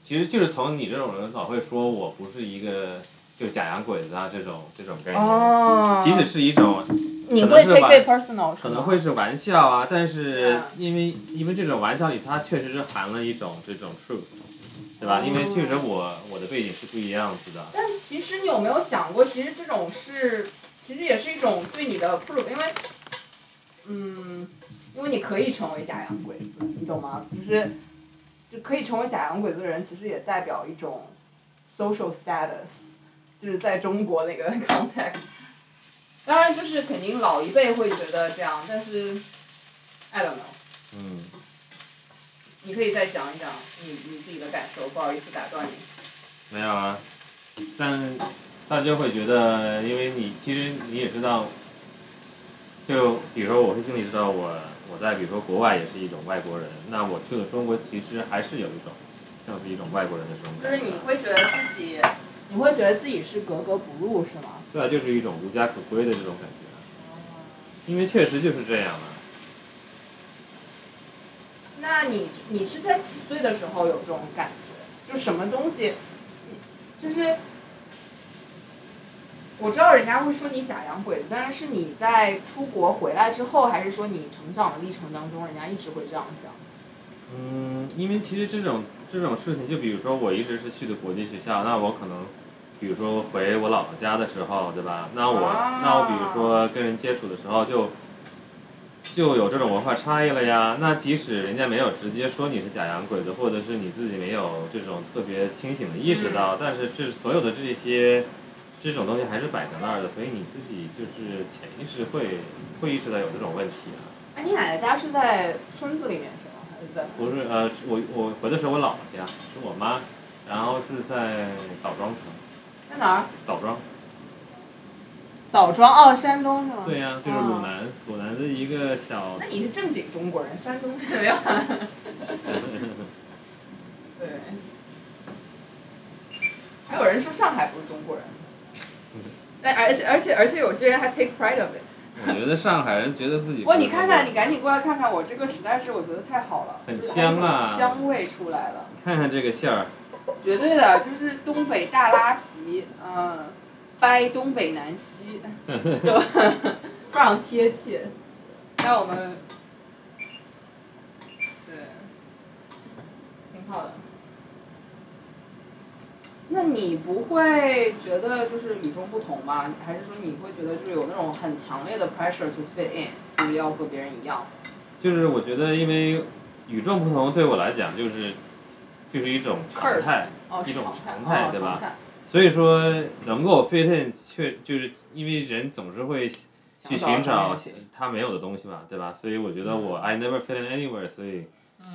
[SPEAKER 1] 其实就是从你这种人老会说我不是一个就假洋鬼子啊这种这种概念，
[SPEAKER 2] 哦
[SPEAKER 1] 即使是一种
[SPEAKER 2] 你
[SPEAKER 1] 可
[SPEAKER 2] 会
[SPEAKER 1] 能是
[SPEAKER 2] take
[SPEAKER 1] 吧
[SPEAKER 2] it personal 是
[SPEAKER 1] 可能
[SPEAKER 2] 吗？
[SPEAKER 1] 会是玩笑啊，但是
[SPEAKER 2] Yeah.
[SPEAKER 1] 因为因为这种玩笑里它确实是含了一种这种 truth，对吧？
[SPEAKER 2] 哦
[SPEAKER 1] 因为确实我我的背景是不一样子的，
[SPEAKER 2] 但其实你有没有想过，其实这种是，其实也是一种对你的 proof，因为，嗯，因为你可以成为假洋鬼子，你懂吗？就是，就可以成为假洋鬼子的人，其实也代表一种 social status，就是在中国那个 context。当然，就是肯定老一辈会觉得这样，但是，I don't know。
[SPEAKER 1] 嗯。
[SPEAKER 2] 你可以再讲一讲你你自己的感受，不好意思打断你。
[SPEAKER 1] 没有啊，但大家会觉得，因为你其实你也知道，就比如说我会心里知道我我在比如说国外也是一种外国人，那我去了中国其实还是有一种像是一种外国人的这种
[SPEAKER 2] 就
[SPEAKER 1] 感
[SPEAKER 2] 是
[SPEAKER 1] 觉
[SPEAKER 2] 你，会觉得自己，你会觉得自己是格格不入，是吗？
[SPEAKER 1] 对啊，就是一种无家可归的这种感觉，因为确实就是这样啊。
[SPEAKER 2] 那你你是在几岁的时候有这种感觉？就什么东西，就是我知道人家会说你假洋鬼子，但是你在出国回来之后，还是说你成长的历程当中，人家一直会这样讲？
[SPEAKER 1] 嗯，因为其实这种这种事情，就比如说我一直是去的国际学校，那我可能，比如说回我老婆家的时候，对吧？那我、那我比如说跟人接触的时候就，就有这种文化差异了呀。那即使人家没有直接说你是假洋鬼子，或者是你自己没有这种特别清醒的意识到，但是这所有的这些这种东西还是摆在那儿的，所以你自己就是潜意识会会意识到有这种问题啊。
[SPEAKER 2] 哎，你奶奶家是在村子里面是吗？还是在？
[SPEAKER 1] 不是呃，我我回的是我姥姥家，是我妈，然后是在枣庄城，
[SPEAKER 2] 在哪儿？
[SPEAKER 1] 枣庄，
[SPEAKER 2] 哦枣庄哦，山东是吗？
[SPEAKER 1] 对呀、就是鲁南，鲁南的一个 小
[SPEAKER 2] 那，你是正经中国人，山东 啊怎么样？对。还有人说上海不是中国人，
[SPEAKER 1] 嗯
[SPEAKER 2] 哎
[SPEAKER 3] 那而且而且而且有些人还 take pride of it。
[SPEAKER 1] 我觉得上海人觉得自己
[SPEAKER 2] 哇，你看看，你赶紧过来看看，我这个实在是我觉得太好了，
[SPEAKER 1] 很
[SPEAKER 2] 就是它
[SPEAKER 1] 香
[SPEAKER 2] 有一种
[SPEAKER 1] 啊
[SPEAKER 2] 香味出来了，
[SPEAKER 1] 看看这个馅儿，
[SPEAKER 2] 绝对的，就是东北大拉皮，嗯，掰东北南西，就非常贴切。那我们，对，挺好的。那你不会觉得就是与众不同吗？还是说你会觉得就是有那种很强烈的 pressure to fit in，就是要和别人一样？
[SPEAKER 1] 就是我觉得因为与众不同对我来讲就是就是一种常
[SPEAKER 2] Curse
[SPEAKER 1] 态，
[SPEAKER 2] 哦，
[SPEAKER 1] 一
[SPEAKER 2] 是
[SPEAKER 1] 种
[SPEAKER 2] 常
[SPEAKER 1] 常
[SPEAKER 2] 态，
[SPEAKER 1] 态
[SPEAKER 2] 哦
[SPEAKER 1] 对吧
[SPEAKER 2] 常态
[SPEAKER 1] 所以说能够 fit in 确就是因为人总是会去
[SPEAKER 2] 想
[SPEAKER 1] 寻
[SPEAKER 2] 到
[SPEAKER 1] 找
[SPEAKER 2] 了这个嗯
[SPEAKER 1] 他没有的东西嘛，对吧？所以我觉得我 I never fit in anywhere，所以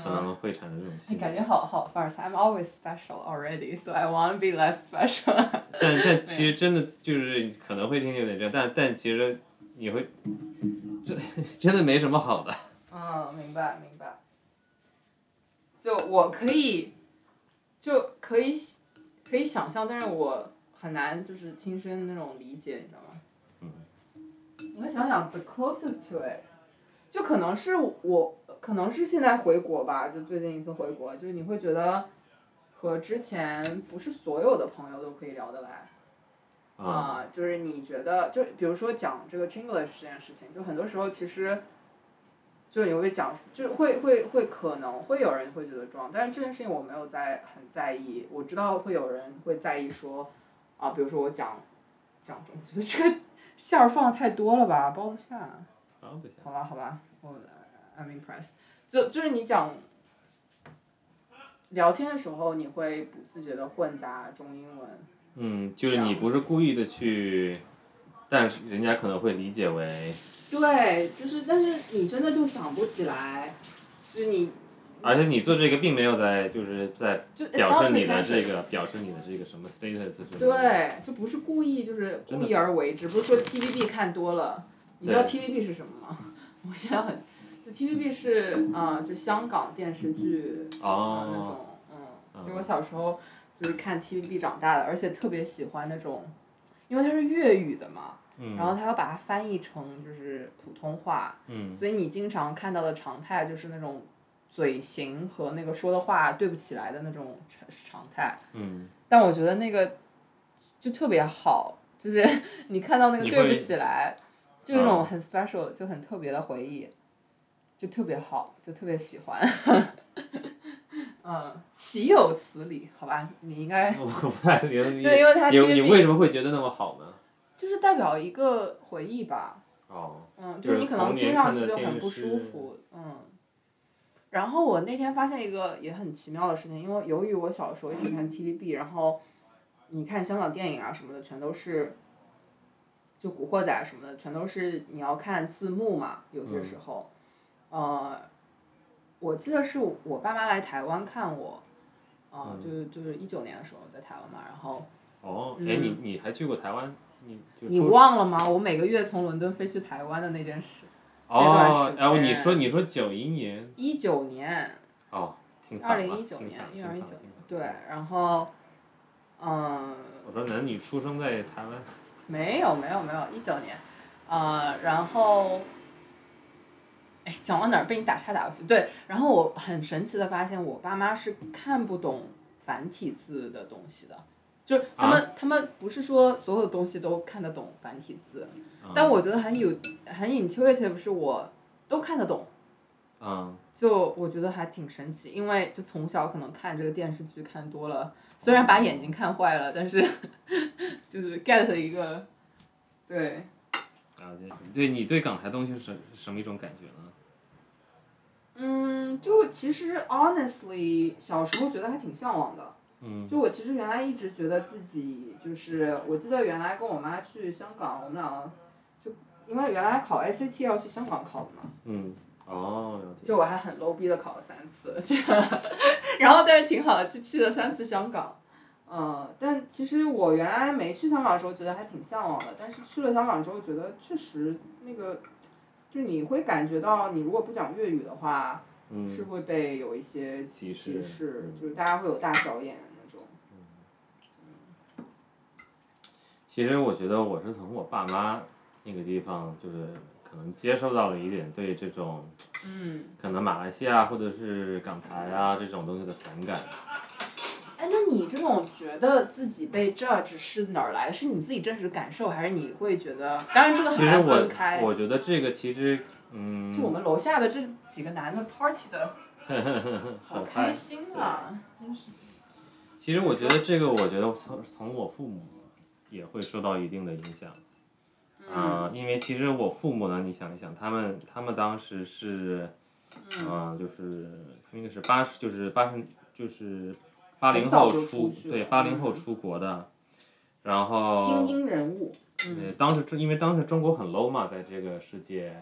[SPEAKER 1] 可能会产生这种心理。
[SPEAKER 2] 哎感觉好好 f i r s I'm always special already, so I want to be less special 。
[SPEAKER 1] 但但其实真的就是可能会听起来有点这样，但但其实你会，这真的没什么好的。
[SPEAKER 2] 嗯，明白明白。就我可以，就可以可以想象，但是我很难就是亲身那种理解，你知道吗？我再想想，the closest to it，就可能是我，可能是现在回国吧，就最近一次回国，就是你会觉得和之前不是所有的朋友都可以聊得来。
[SPEAKER 1] 啊、
[SPEAKER 2] 啊、就是你觉得，就比如说讲这个 Chinglish 这件事情，就很多时候其实，就你会讲，就是会会会可能会有人会觉得装，但是这件事情我没有在很在意，我知道会有人会在意说，啊，比如说我讲讲中，我觉得 这个馅儿放的太多了吧，包不下。
[SPEAKER 1] 然后不行
[SPEAKER 2] 好吧，好吧，我 I'm impressed 就。就是你讲聊天的时候，你会不自觉的混杂中英文。
[SPEAKER 1] 嗯，就是你不是故意的去，但是人家可能会理解为，
[SPEAKER 2] 对，就是，但是你真的就想不起来，就是你
[SPEAKER 1] 而且你做这个并没有在就是在
[SPEAKER 2] 就 it's
[SPEAKER 1] 表
[SPEAKER 2] not
[SPEAKER 1] 示你的
[SPEAKER 2] pretentious
[SPEAKER 1] 这个表示你的这个什么 status 什么。。
[SPEAKER 2] 对，就不是故意，就是故意而为之，不是说 TVB 看多了。你知道 TVB 是什么吗？ 我现在很，就 TVB 是啊、呃就香港电视剧啊、那
[SPEAKER 1] 哦。
[SPEAKER 2] 种，嗯，就我小时候就是看 TVB 长大的，而且特别喜欢那种，因为它是粤语的嘛，
[SPEAKER 1] 嗯
[SPEAKER 2] 然后他要把它翻译成就是普通话，
[SPEAKER 1] 嗯
[SPEAKER 2] 所以你经常看到的常态就是那种嘴型和那个说的话对不起来的那种常常态。
[SPEAKER 1] 嗯，
[SPEAKER 2] 但我觉得那个就特别好，就是 你看到那个
[SPEAKER 1] 你
[SPEAKER 2] 对
[SPEAKER 1] 会
[SPEAKER 2] 不起来，就
[SPEAKER 1] 啊
[SPEAKER 2] 一种很 special 就很特别的回忆，就特别好，就特别喜欢。 嗯，岂有此理？好吧，你应该
[SPEAKER 1] 我不太理
[SPEAKER 2] 就因
[SPEAKER 1] 解。
[SPEAKER 2] 为它
[SPEAKER 1] 你你为
[SPEAKER 2] 其实
[SPEAKER 1] 什么会觉得那么好呢？
[SPEAKER 2] 就是代表一个回忆吧。
[SPEAKER 1] 哦，
[SPEAKER 2] 嗯，
[SPEAKER 1] 就
[SPEAKER 2] 就是
[SPEAKER 1] 是
[SPEAKER 2] 你可
[SPEAKER 1] 童
[SPEAKER 2] 能听
[SPEAKER 1] 年
[SPEAKER 2] 上
[SPEAKER 1] 看
[SPEAKER 2] 去
[SPEAKER 1] 的
[SPEAKER 2] 就
[SPEAKER 1] 电
[SPEAKER 2] 很不舒
[SPEAKER 1] 视
[SPEAKER 2] 服，嗯。然后我那天发现一个也很奇妙的事情，因为由于我小时候一直看 TVB，然后你看香港电影啊什么的，全都是就《古惑仔》什么的，全都是你要看字幕嘛，有些时候，呃，我记得是我爸妈来台湾看我，啊、
[SPEAKER 1] 嗯
[SPEAKER 2] 就是就是一九年的时候在台湾嘛，然后
[SPEAKER 1] 哦，
[SPEAKER 2] 嗯
[SPEAKER 1] 哎，你你还去过台湾？你就
[SPEAKER 2] 你
[SPEAKER 1] 出
[SPEAKER 2] 忘了吗？我每个月从伦敦飞去台湾的那件事，那段
[SPEAKER 1] 哦
[SPEAKER 2] 时，
[SPEAKER 1] 然后
[SPEAKER 2] 间
[SPEAKER 1] 你说你说九一年
[SPEAKER 2] 一九年，
[SPEAKER 1] 哦，挺
[SPEAKER 2] 二
[SPEAKER 1] 反吧
[SPEAKER 2] 零一九年，一
[SPEAKER 1] 挺
[SPEAKER 2] 零
[SPEAKER 1] 反
[SPEAKER 2] 一九
[SPEAKER 1] 挺反挺
[SPEAKER 2] 年
[SPEAKER 1] 反，
[SPEAKER 2] 对，然后，嗯，
[SPEAKER 1] 我说男女出生在台湾，
[SPEAKER 2] 没有没有没有，一九年，呃，然后，哎，讲到哪儿被你打岔打过去？对，然后我很神奇的发现，我爸妈是看不懂繁体字的东西的，就是他们、他们不是说所有的东西都看得懂繁体字，
[SPEAKER 1] 啊嗯
[SPEAKER 2] 但我觉得很有很 intuitive，是我都看得懂。
[SPEAKER 1] 嗯，
[SPEAKER 2] 就我觉得还挺神奇，因为就从小可能看这个电视剧看多了，虽然把眼睛看坏了，但是 就是 get 一个，对，
[SPEAKER 1] 然后就对你对港台东西是什什么一种感觉呢？
[SPEAKER 2] 嗯，就其实 honestly 小时候觉得还挺向往的，
[SPEAKER 1] 嗯，
[SPEAKER 2] 就我其实原来一直觉得自己就是，我记得原来跟我妈去香港，我们俩就因为原来考 ACT 要去香港考的嘛，
[SPEAKER 1] 嗯，哦，了解，
[SPEAKER 2] 就我还很 low 逼的考了三次，这样然后但是挺好的，去去了三次香港。嗯，但其实我原来没去香港的时候，觉得还挺向往的。但是去了香港之后，觉得确实那个，就是你会感觉到，你如果不讲粤语的话，
[SPEAKER 1] 嗯，
[SPEAKER 2] 是会被有一些
[SPEAKER 1] 歧视嗯
[SPEAKER 2] 视，就是大家会有大小眼那种。
[SPEAKER 1] 其实我觉得我是从我爸妈那个地方，就是可能接受到了一点对这种
[SPEAKER 4] 嗯，
[SPEAKER 1] 可能马来西亚或者是港台啊这种东西的反感。
[SPEAKER 2] 哎，那你这种觉得自己被 judge 是哪儿来的？是你自己真实感受，还是你会觉得？当然这个很
[SPEAKER 1] 其实
[SPEAKER 2] 难分
[SPEAKER 1] 我
[SPEAKER 2] 开。
[SPEAKER 1] 我觉得这个其实 嗯
[SPEAKER 2] 就我们楼下的这几个男的 party 的，好
[SPEAKER 1] 很
[SPEAKER 2] 开
[SPEAKER 1] 快。
[SPEAKER 2] 心啊！
[SPEAKER 1] 其实我觉得这个，我觉得从从我父母也会受到一定的影响。
[SPEAKER 2] 嗯
[SPEAKER 1] 啊、因为其实我父母呢，你想一想，他们他们当时是，
[SPEAKER 2] 嗯
[SPEAKER 1] 啊、就是应该是八十，就是八十，就是八零
[SPEAKER 2] 很早
[SPEAKER 1] 后
[SPEAKER 2] 就出去
[SPEAKER 1] 对
[SPEAKER 2] 了嗯
[SPEAKER 1] 八零后出国的，然后
[SPEAKER 2] 精英人物，
[SPEAKER 1] 对，当时中因为当时中国很 low 嘛，在这个世界，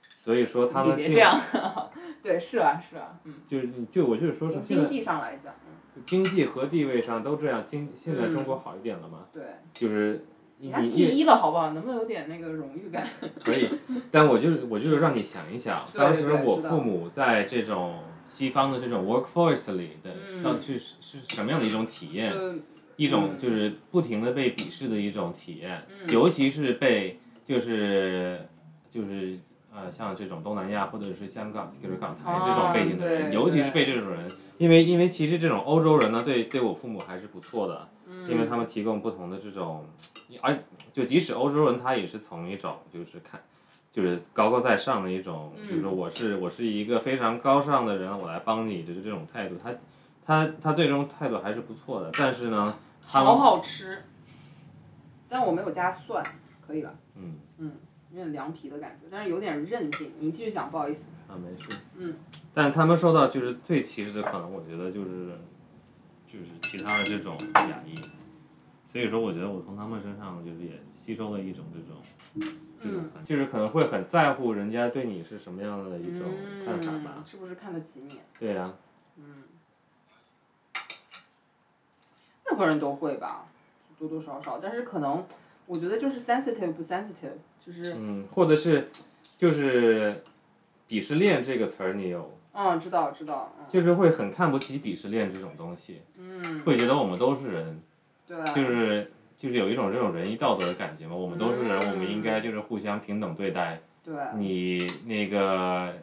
[SPEAKER 1] 所以说他
[SPEAKER 2] 你
[SPEAKER 1] 们
[SPEAKER 2] 别
[SPEAKER 1] 进
[SPEAKER 2] 这样，对，是啊是啊，嗯，
[SPEAKER 1] 就是对我就是说是
[SPEAKER 2] 从
[SPEAKER 1] 现
[SPEAKER 2] 经
[SPEAKER 1] 在
[SPEAKER 2] 济上来讲，
[SPEAKER 1] 经济和地位上都这样，经现在中国好一点了嘛，
[SPEAKER 2] 对，
[SPEAKER 1] 就是啊你
[SPEAKER 2] 人家
[SPEAKER 1] 你
[SPEAKER 2] 第一了好不好？能不能有点那个荣誉感？
[SPEAKER 1] 可以，但我就是我就是让你想一想，
[SPEAKER 2] 对
[SPEAKER 1] 当时
[SPEAKER 2] 对
[SPEAKER 1] 我
[SPEAKER 2] 知道
[SPEAKER 1] 父母在这种西方的这种 workforce 里的
[SPEAKER 2] 嗯
[SPEAKER 1] 到底是是什么样的一种体验，
[SPEAKER 2] 就
[SPEAKER 1] 一种
[SPEAKER 2] 嗯
[SPEAKER 1] 就是不停的被鄙视的一种体验，
[SPEAKER 2] 嗯
[SPEAKER 1] 尤其是被就是就是呃像这种东南亚或者是香港就是港台这种背景的人，
[SPEAKER 2] 啊对
[SPEAKER 1] 尤其是被这种人，因为因为其实这种欧洲人呢，对对我父母还是不错的，
[SPEAKER 2] 嗯
[SPEAKER 1] 因为他们提供不同的这种，而就即使欧洲人他也是从一种就是看。就是高高在上的一种，就是
[SPEAKER 2] 嗯
[SPEAKER 1] 说我是我是一个非常高尚的人，我来帮你，就是这种态度。他他他最终态度还是不错的，但是呢，他们
[SPEAKER 2] 好好吃，但我没有加蒜，可以吧？
[SPEAKER 1] 嗯
[SPEAKER 2] 有点凉皮的感觉，但是有点韧劲。你继续讲，不好意思。
[SPEAKER 1] 啊，没事。
[SPEAKER 2] 嗯。
[SPEAKER 1] 但他们受到就是最歧视的，可能我觉得就是，就是其他的这种压抑。所以说，我觉得我从他们身上就是也吸收了一种这种，这种
[SPEAKER 2] 嗯
[SPEAKER 1] 反就是可能会很在乎人家对你是什么样的一种看法吧。
[SPEAKER 2] 嗯，是不是看得起你？
[SPEAKER 1] 对啊呀、
[SPEAKER 2] 任何人都会吧，多多少少，但是可能我觉得就是 sensitive 不 sensitive，就是
[SPEAKER 1] 嗯，或者是就是鄙视链这个词儿，你有
[SPEAKER 2] 嗯，知道知道，嗯，
[SPEAKER 1] 就是会很看不起鄙视链这种东西，
[SPEAKER 2] 嗯，
[SPEAKER 1] 会觉得我们都是人，
[SPEAKER 2] 对，啊
[SPEAKER 1] 就是就是有一种这种仁义道德的感觉嘛。我们都是人，
[SPEAKER 2] 嗯
[SPEAKER 1] 我们应该就是互相平等对待。
[SPEAKER 2] 对，啊
[SPEAKER 1] 你那个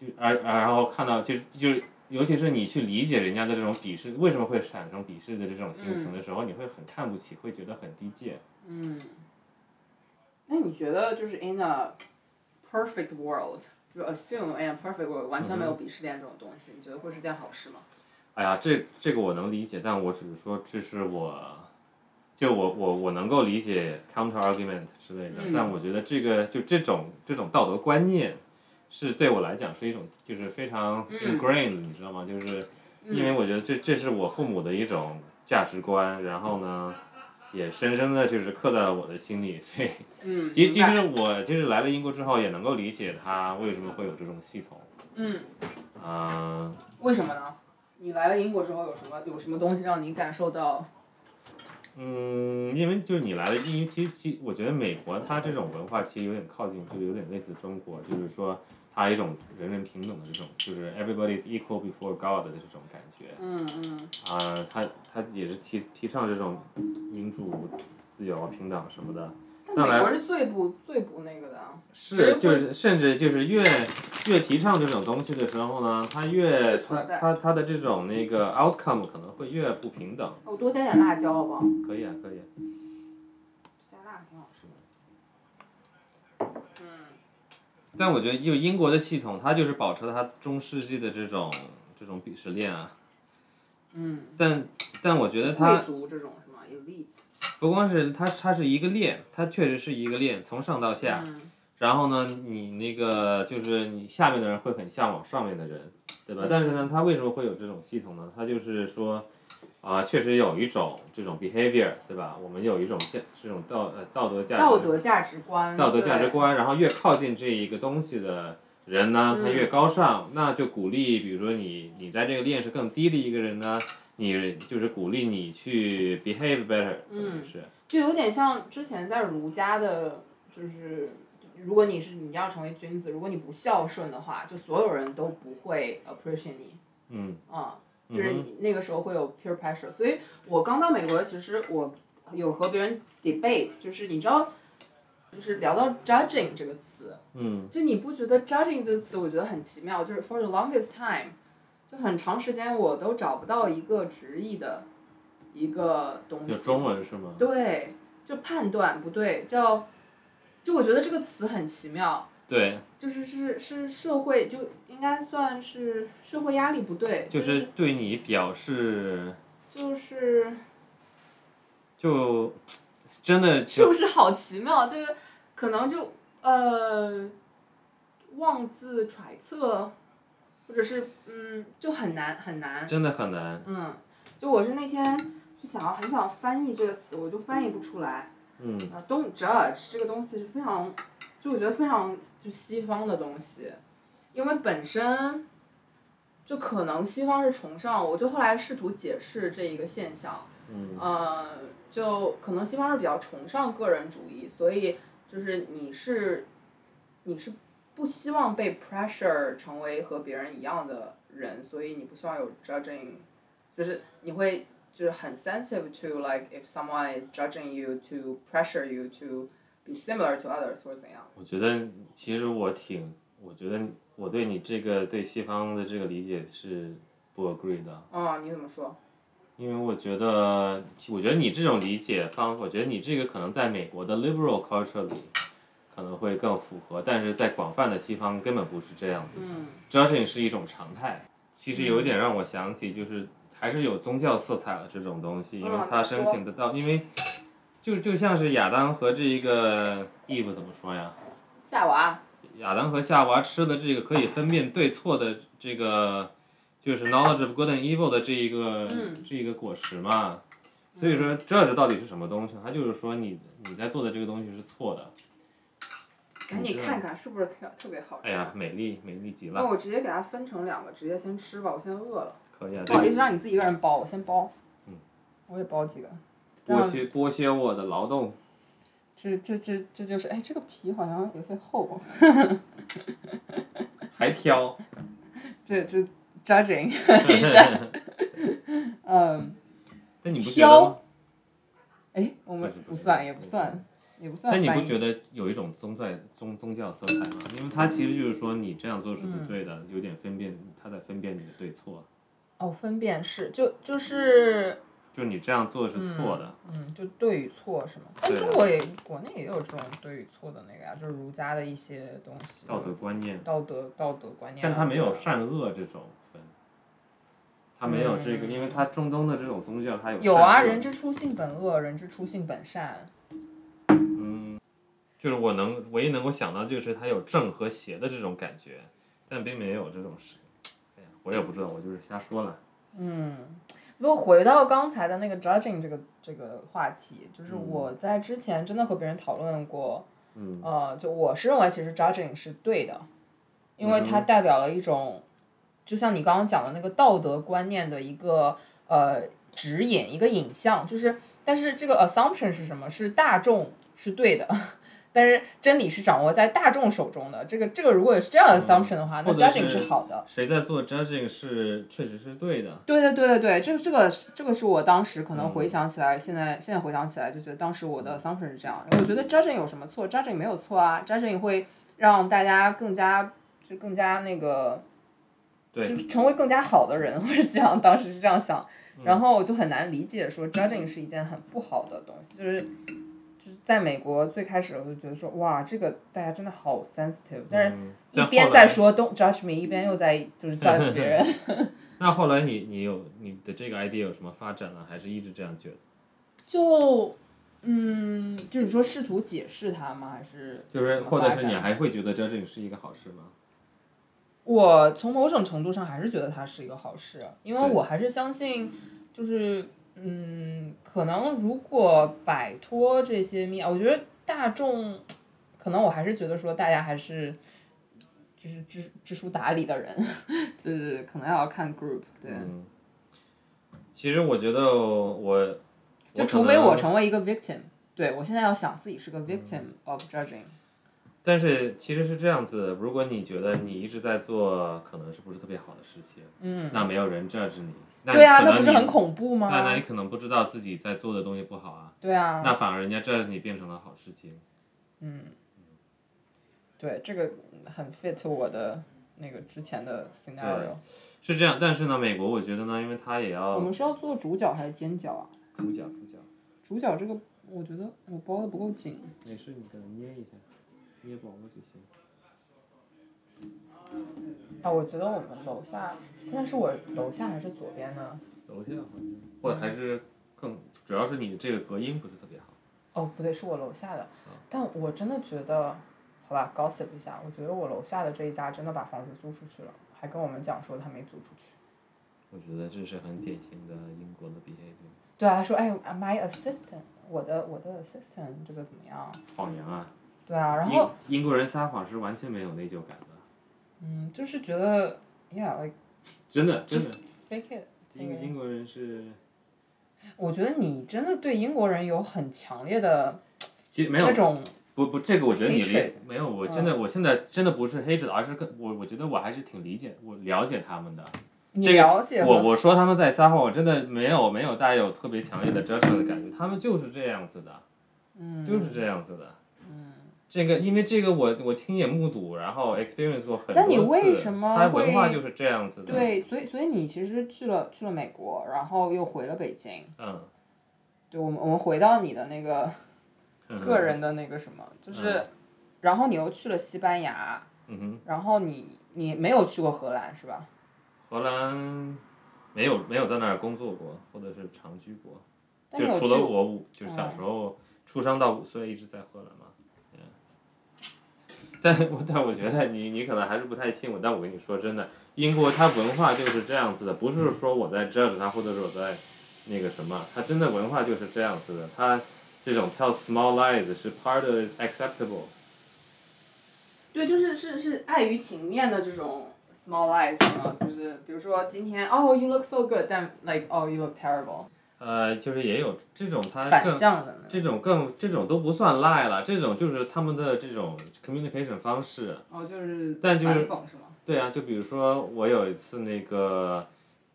[SPEAKER 1] 就而而然后看到就就是。尤其是你去理解人家的这种鄙视，为什么会产生鄙视的这种心情的时候，你会很看不起，会觉得很低贱。
[SPEAKER 2] 嗯。那你觉得就是 in a perfect world，就 assume in a perfect world 完全没
[SPEAKER 1] 嗯
[SPEAKER 2] 有鄙视链这种东西，你觉得会是件好事吗？
[SPEAKER 1] 哎呀，这这个我能理解，但我只是说这是我，就我我我能够理解 counter argument 之类的，
[SPEAKER 2] 嗯
[SPEAKER 1] 但我觉得这个就这种这种道德观念，是对我来讲是一种就是非常
[SPEAKER 2] 嗯
[SPEAKER 1] ingrained，、你知道吗？就是因为我觉得这这是我父母的一种价值观，然后呢，也深深的就是刻在了我的心里，所以
[SPEAKER 2] 嗯，
[SPEAKER 1] 其
[SPEAKER 2] 明
[SPEAKER 1] 其
[SPEAKER 2] 白
[SPEAKER 1] 实我就是来了英国之后，也能够理解他为什么会有这种系统，
[SPEAKER 2] 嗯，
[SPEAKER 1] 啊、
[SPEAKER 2] 为什么呢？你来了英国之后有什么有什么东西让你感受到？
[SPEAKER 1] 嗯，因为就是你来了，因为其实其我觉得美国它这种文化其实有点靠近，就是有点类似中国，就是说它有一种人人平等的这种，就是 everybody is equal before God 的这种感觉
[SPEAKER 2] 嗯嗯
[SPEAKER 1] 啊、它它也是提提倡这种民主、自由、平等什么的。
[SPEAKER 2] 但
[SPEAKER 1] 当然
[SPEAKER 2] 美国是最不最不那个的啊，
[SPEAKER 1] 是，就是甚至就是越越提倡这种东西的时候呢，它越
[SPEAKER 2] 越
[SPEAKER 1] 它
[SPEAKER 2] 存在
[SPEAKER 1] 它它的这种那个 outcome 可能会越不平等。
[SPEAKER 2] 我哦多加点辣椒好不好？
[SPEAKER 1] 可以啊，可以啊。
[SPEAKER 2] 加辣挺好吃的。嗯，
[SPEAKER 1] 但我觉得，就英国的系统，它就是保持了它中世纪的这种这种鄙视链啊。
[SPEAKER 2] 嗯，
[SPEAKER 1] 但但我觉得
[SPEAKER 2] 贵
[SPEAKER 1] 它
[SPEAKER 2] 族这种是吗？elite。
[SPEAKER 1] 不光是它，它是一个链，它确实是一个链，从上到下。
[SPEAKER 2] 嗯
[SPEAKER 1] 然后呢，你那个就是你下面的人会很向往上面的人，对吧
[SPEAKER 2] 嗯？
[SPEAKER 1] 但是呢，它为什么会有这种系统呢？它就是说，啊、确实有一种这种 behavior，对吧？我们有一种价这种道呃道德价值
[SPEAKER 2] 道德价值观。
[SPEAKER 1] 道德价值
[SPEAKER 2] 对。
[SPEAKER 1] 观，然后越靠近这一个东西的人呢，他
[SPEAKER 2] 嗯
[SPEAKER 1] 越高尚，那就鼓励，比如说你你在这个链是更低的一个人呢，你就是鼓励你去 behave better，
[SPEAKER 2] 嗯
[SPEAKER 1] 是，
[SPEAKER 2] 就有点像之前在儒家的，就是如果你是你要成为君子，如果你不孝顺的话，就所有人都不会 appreciate 你。
[SPEAKER 1] 嗯
[SPEAKER 2] 嗯，
[SPEAKER 1] 嗯
[SPEAKER 2] 就是
[SPEAKER 1] 哼
[SPEAKER 2] 你那个时候会有 peer pressure，所以我刚到美国，其实我有和别人 debate，就是你知道，就是聊到 judging 这个词，
[SPEAKER 1] 嗯
[SPEAKER 2] 就你不觉得 judging 这个词我觉得很奇妙，就是 for the longest time，就很长时间我都找不到一个直译的一个东
[SPEAKER 1] 有
[SPEAKER 2] 西。
[SPEAKER 1] 中文是吗？
[SPEAKER 2] 对，就判断不对，叫，就我觉得这个词很奇妙，
[SPEAKER 1] 对，
[SPEAKER 2] 就是是是社会就应该算是社会压力不对，
[SPEAKER 1] 就
[SPEAKER 2] 就是
[SPEAKER 1] 对你表示
[SPEAKER 2] 就是
[SPEAKER 1] 就真的就是
[SPEAKER 2] 不是好奇妙？这个可能就呃妄自揣测，或者是嗯，就很难很难。
[SPEAKER 1] 真的很难。
[SPEAKER 2] 嗯，就我是那天就想要很想翻译这个词，我就翻译不出来。
[SPEAKER 1] 嗯
[SPEAKER 2] 啊，don't judge 这个东西是非常，就我觉得非常就西方的东西，因为本身就可能西方是崇尚，我就后来试图解释这一个现象，
[SPEAKER 1] 嗯
[SPEAKER 2] 呃，就可能西方是比较崇尚个人主义，所以就是你是你是不希望被 pressure 成为和别人一样的人，所以你不希望有 judging，就是你会就是很 sensitive to like if someone is judging you to pressure you to be similar to others 或者怎样。
[SPEAKER 1] 我觉得其实我挺，我觉得我对你这个对西方的这个理解是不 agree 的，
[SPEAKER 2] 哦，你怎么说？
[SPEAKER 1] 因为我觉得，我觉得你这种理解方，我觉得你这个可能在美国的 liberal culture 里可能会更符合，但是在广泛的西方根本不是这样子。
[SPEAKER 2] 嗯
[SPEAKER 1] Judging 是一种常态，其实有一点让我想起，就是还是有宗教色彩的这种东西，因为
[SPEAKER 2] 嗯
[SPEAKER 1] 它
[SPEAKER 2] 你说
[SPEAKER 1] 申请得到，因为就就像是亚当和这一个 Eve 怎么说呀？
[SPEAKER 2] 夏娃，
[SPEAKER 1] 亚当和夏娃吃的这个可以分辨对错的这个，就是 knowledge of good and evil 的这一个、
[SPEAKER 2] 嗯
[SPEAKER 1] 这一个果实嘛。所以说，judge 到底是什么东西？它就是说你你在做的这个东西是错的。
[SPEAKER 2] 赶紧
[SPEAKER 1] 你知道
[SPEAKER 2] 看看是不是特特别好
[SPEAKER 1] 嗯
[SPEAKER 2] 吃。
[SPEAKER 1] 哎呀，美丽美丽极
[SPEAKER 2] 那
[SPEAKER 1] 了，
[SPEAKER 2] 我直接给它分成两个，直接先吃吧，我现在饿了。
[SPEAKER 1] 可以啊。
[SPEAKER 2] 不好
[SPEAKER 1] 这
[SPEAKER 2] 意思，让你自己一个人包，我先包。
[SPEAKER 1] 嗯。
[SPEAKER 2] 我也包几个。
[SPEAKER 1] 剥削剥削我的劳动，
[SPEAKER 2] 这这这这就是，哎，这个皮好像有些厚。
[SPEAKER 1] 还 挑，
[SPEAKER 2] 这这 judging 一下。嗯，
[SPEAKER 1] 但你不觉得
[SPEAKER 2] 挑
[SPEAKER 1] 吗？
[SPEAKER 2] 哎，我们
[SPEAKER 1] 不
[SPEAKER 2] 不
[SPEAKER 1] 是
[SPEAKER 2] 算，也不算，也不算
[SPEAKER 1] 但
[SPEAKER 2] 翻译。
[SPEAKER 1] 你不觉得有一种宗在宗宗教色彩吗？因为它其实就是说你这样做是
[SPEAKER 2] 嗯
[SPEAKER 1] 不对的，有点分辨，它在分辨你的对错，
[SPEAKER 2] 哦，分辨是，就就是，
[SPEAKER 1] 就你这样做是错的。
[SPEAKER 2] 嗯，就对与错是吗？但
[SPEAKER 1] 对啊
[SPEAKER 2] 中国也国内也有这种对与错的那个呀、就是儒家的一些东西，
[SPEAKER 1] 道德观念，
[SPEAKER 2] 道德道德嗯观念啊。
[SPEAKER 1] 但他没有善恶这种分，他没有这个，因为他中东的这种宗教，他有
[SPEAKER 2] 嗯有
[SPEAKER 1] 善
[SPEAKER 2] 啊，
[SPEAKER 1] 恶
[SPEAKER 2] 人之初性本恶，人之初性本善。
[SPEAKER 1] 嗯，就是我能唯一能够想到就是他有正和邪的这种感觉，但并没有这种事。哎呀，我也不知道，我就是瞎说了。
[SPEAKER 2] 嗯，如果回到刚才的那个 judging 这个这个话题，就是
[SPEAKER 1] 嗯
[SPEAKER 2] 我在之前真的和别人讨论过，
[SPEAKER 1] 嗯
[SPEAKER 2] 呃，就我是认为其实 judging 是对的，因为它
[SPEAKER 1] 嗯
[SPEAKER 2] 代表了一种，就像你刚刚讲的那个道德观念的一个呃指引，一个影像，就是但是这个 assumption 是什么？是大众是对的。 但是真理是掌握在大众手中的，这个这个如果是这样的 assumption 的话，那
[SPEAKER 1] 嗯或者
[SPEAKER 2] judging
[SPEAKER 1] 是
[SPEAKER 2] 是好的。
[SPEAKER 1] 谁在做 judging 是确实是对的，嗯
[SPEAKER 2] 对对对对对，这个这个这个是我当时可能回想起来，现在现在回想起来就觉得当时我的 assumption 是这样。我觉得 judging 有什么错？judging 没有错啊，judging 会让大家更加就更加那个，
[SPEAKER 1] 对
[SPEAKER 2] 就是成为更加好的人，或者这样，当时是这样想。
[SPEAKER 1] 嗯
[SPEAKER 2] 然后我就很难理解说 judging 是一件很不好的东西，就是就是在美国最开始我就觉得说哇，这个大家真的好 sensitive，但是
[SPEAKER 1] 嗯
[SPEAKER 2] 一
[SPEAKER 1] 但
[SPEAKER 2] 边
[SPEAKER 1] 后来
[SPEAKER 2] 在说 don't judge me，一边又在就 是 judge 别人。
[SPEAKER 1] 那后来你你有你的这个 idea 有什么发展呢？还是一直这样觉得？
[SPEAKER 2] 就嗯，就是说试图解释它吗？还是
[SPEAKER 1] 就是
[SPEAKER 2] 怎么
[SPEAKER 1] 或
[SPEAKER 2] 发
[SPEAKER 1] 者是
[SPEAKER 2] 展
[SPEAKER 1] 你还会觉得 judging 是一个好事吗？
[SPEAKER 2] 我从某种程度上还是觉得它是一个好事，因为
[SPEAKER 1] 对
[SPEAKER 2] 我还是相信，就是嗯，可能如果摆脱这些密，我觉得大众，可能我还是觉得说大家还是。就是知知书达理的人， 就是可能要看 group，对，
[SPEAKER 1] 嗯，其实我觉得我，
[SPEAKER 2] 就
[SPEAKER 1] 可
[SPEAKER 2] 除非
[SPEAKER 1] 能嗯
[SPEAKER 2] 我成为一个 victim，对我现在要想自己是个 victim of judging，
[SPEAKER 1] 但是其实是这样子，如果你觉得你一直在做可能是不是特别好的事情，
[SPEAKER 2] 嗯，
[SPEAKER 1] 那没有人 judge 你，那
[SPEAKER 5] 对啊，
[SPEAKER 1] 可能
[SPEAKER 5] 那不是
[SPEAKER 1] 你
[SPEAKER 5] 很恐怖吗？
[SPEAKER 1] 那那你可能不知道自己在做的东西不好啊，
[SPEAKER 5] 对啊，
[SPEAKER 1] 那反而人家这让你变成了好事情。
[SPEAKER 5] 对，这个很 fit 我的那个之前的 scenario。
[SPEAKER 1] 是这样，但是呢，美国我觉得呢，因为他也要
[SPEAKER 2] 我们是要做主角还是尖角啊？
[SPEAKER 1] 主角主角，
[SPEAKER 5] 主角这个，我觉得我包的不够紧。
[SPEAKER 1] 没事，你给它捏一下，捏薄了就行。
[SPEAKER 2] 啊，我觉得我们楼下现在是我楼下还是左边呢？
[SPEAKER 1] 楼下好像，或者还是更，主要是你这个隔音不是特别好。
[SPEAKER 2] 哦，不对，是我楼下的。但我真的觉得，好吧，gossip 一下，我觉得我楼下的这一家真的把房子租出去了，还跟我们讲说他没租出去。
[SPEAKER 1] 我觉得这是很典型的英国的 behavior，
[SPEAKER 2] 对啊，他说，哎，my assistant，我的我的 assistant 这个怎么样？
[SPEAKER 1] 谎言啊。
[SPEAKER 2] 对啊，然后
[SPEAKER 1] 英英国人撒谎是完全没有内疚感的，
[SPEAKER 5] 嗯，就是觉得，yeah，like
[SPEAKER 1] 真的真
[SPEAKER 5] Just-
[SPEAKER 1] 的，
[SPEAKER 5] fake it。
[SPEAKER 1] 英英国人是。
[SPEAKER 5] 我觉得你真的对英国人有很强烈的
[SPEAKER 1] 其实没有
[SPEAKER 5] 那种
[SPEAKER 1] 不不，这个我觉得你理
[SPEAKER 5] Hatred
[SPEAKER 1] 没有，我
[SPEAKER 2] 嗯
[SPEAKER 1] 真的、我现在真的不是黑着的，而是更我我觉得我还是挺理解我了解他们的。
[SPEAKER 5] 你
[SPEAKER 1] 这个
[SPEAKER 5] 了解
[SPEAKER 1] 我
[SPEAKER 5] 和
[SPEAKER 1] 我说他们在撒谎，我真的没有没有带有特别强烈的 judgment 的感觉，他们就是这样子的，嗯，就是这样子的，嗯，这个因为这个我我亲眼目睹，然后 experience 过很多次，
[SPEAKER 2] 那你为什么
[SPEAKER 1] 它文化
[SPEAKER 2] 会
[SPEAKER 1] 就是这样子的，，
[SPEAKER 2] 对，所以所以你其实去了去了美国，然后又回了北京。
[SPEAKER 1] 嗯，
[SPEAKER 2] 对，我们我们回到你的那个
[SPEAKER 1] 嗯
[SPEAKER 2] 个，人的那个什么，就是，然后你又去了西班牙，
[SPEAKER 1] 嗯哼，
[SPEAKER 2] 然后你你没有去过荷兰是吧？
[SPEAKER 1] 荷兰没有没有在那儿工作过或者是长居过，
[SPEAKER 2] 但你
[SPEAKER 1] 就
[SPEAKER 2] 有
[SPEAKER 1] 除了
[SPEAKER 2] 去，嗯
[SPEAKER 1] 我五，就是小时候出生到五岁一直在荷兰嘛，嗯，但我但我觉得你你可能还是不太信我，但我跟你说真的，英国它文化就是这样子的，不是说我在 judge 它，或者是我在那个什么，它真的文化就是这样子的，它这种 tell small lies 是 part of acceptable，
[SPEAKER 2] 对，就是是是碍于情面的这种 small lies 嘛，就是比如说今天哦 you look so good，但 like oh you look terrible，
[SPEAKER 1] 呃，就是也有这种它
[SPEAKER 2] 反
[SPEAKER 1] 更
[SPEAKER 2] 向的那种。
[SPEAKER 1] 这种更这种都不算 lie 了，这种就是他们的这种 communication 方式，
[SPEAKER 2] 哦，就是
[SPEAKER 1] 但就是
[SPEAKER 2] 反讽是吗？
[SPEAKER 1] 对啊，就比如说我有一次那个，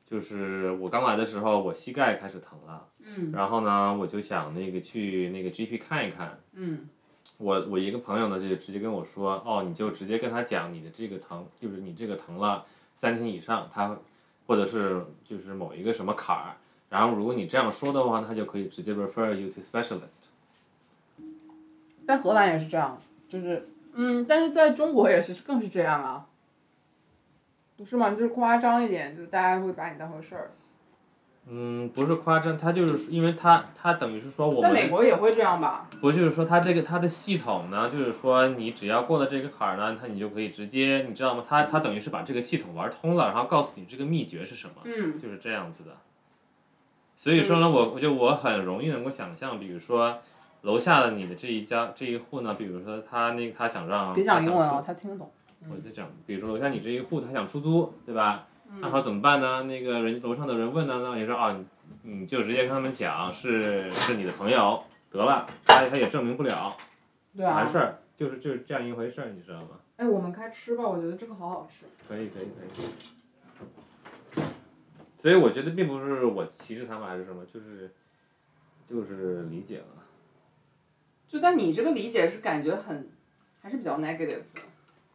[SPEAKER 1] 就是我刚来的时候，我膝盖开始疼了，
[SPEAKER 2] 嗯
[SPEAKER 1] 然后呢，我就想那个去那个 GP 看一看。
[SPEAKER 2] 嗯
[SPEAKER 1] 我我一个朋友呢，就直接跟我说，哦，你就直接跟他讲你的这个疼，就是你这个疼了三天以上，他或者是就是某一个什么坎儿，然后如果你这样说的话，他就可以直接 refer you to specialist。
[SPEAKER 2] 在荷兰也是这样，就是嗯，但是在中国也是更是这样啊，不是吗？就是夸张一点，就大家会把你当回事儿。
[SPEAKER 1] 嗯，不是夸张，他就是因为他他等于是说我
[SPEAKER 2] 在
[SPEAKER 1] 们
[SPEAKER 2] 美国也会这样吧？
[SPEAKER 1] 不就是说它这个它的系统呢，就是说你只要过了这个坎儿呢，它你就可以直接，你知道吗？它它等于是把这个系统玩通了，然后告诉你这个秘诀是什么，
[SPEAKER 2] 嗯，
[SPEAKER 1] 就是这样子的。所以说呢，我我就我很容易能够想象，比如说楼下的你的这一家这一户呢，比如说他那他想让
[SPEAKER 2] 别讲英文啊
[SPEAKER 1] 他，
[SPEAKER 2] 他听得懂。
[SPEAKER 1] 想出我在讲，比如说楼下你这一户他想出租，对吧？
[SPEAKER 2] 嗯
[SPEAKER 1] 那好怎么办呢？那个人楼上的人问呢，那你说啊，你你就直接跟他们讲是是你的朋友得了，他他也证明不了。
[SPEAKER 2] 对
[SPEAKER 1] 完
[SPEAKER 2] 啊
[SPEAKER 1] 事，儿，就是就是这样一回事儿，你知道吗？
[SPEAKER 2] 哎，我们开吃吧，我觉得这个好好吃。
[SPEAKER 1] 可以可以可以。所以我觉得并不是我歧视他们还是什么，就是就是理解了。
[SPEAKER 2] 就但你这个理解是感觉很，还是比较 negative 的，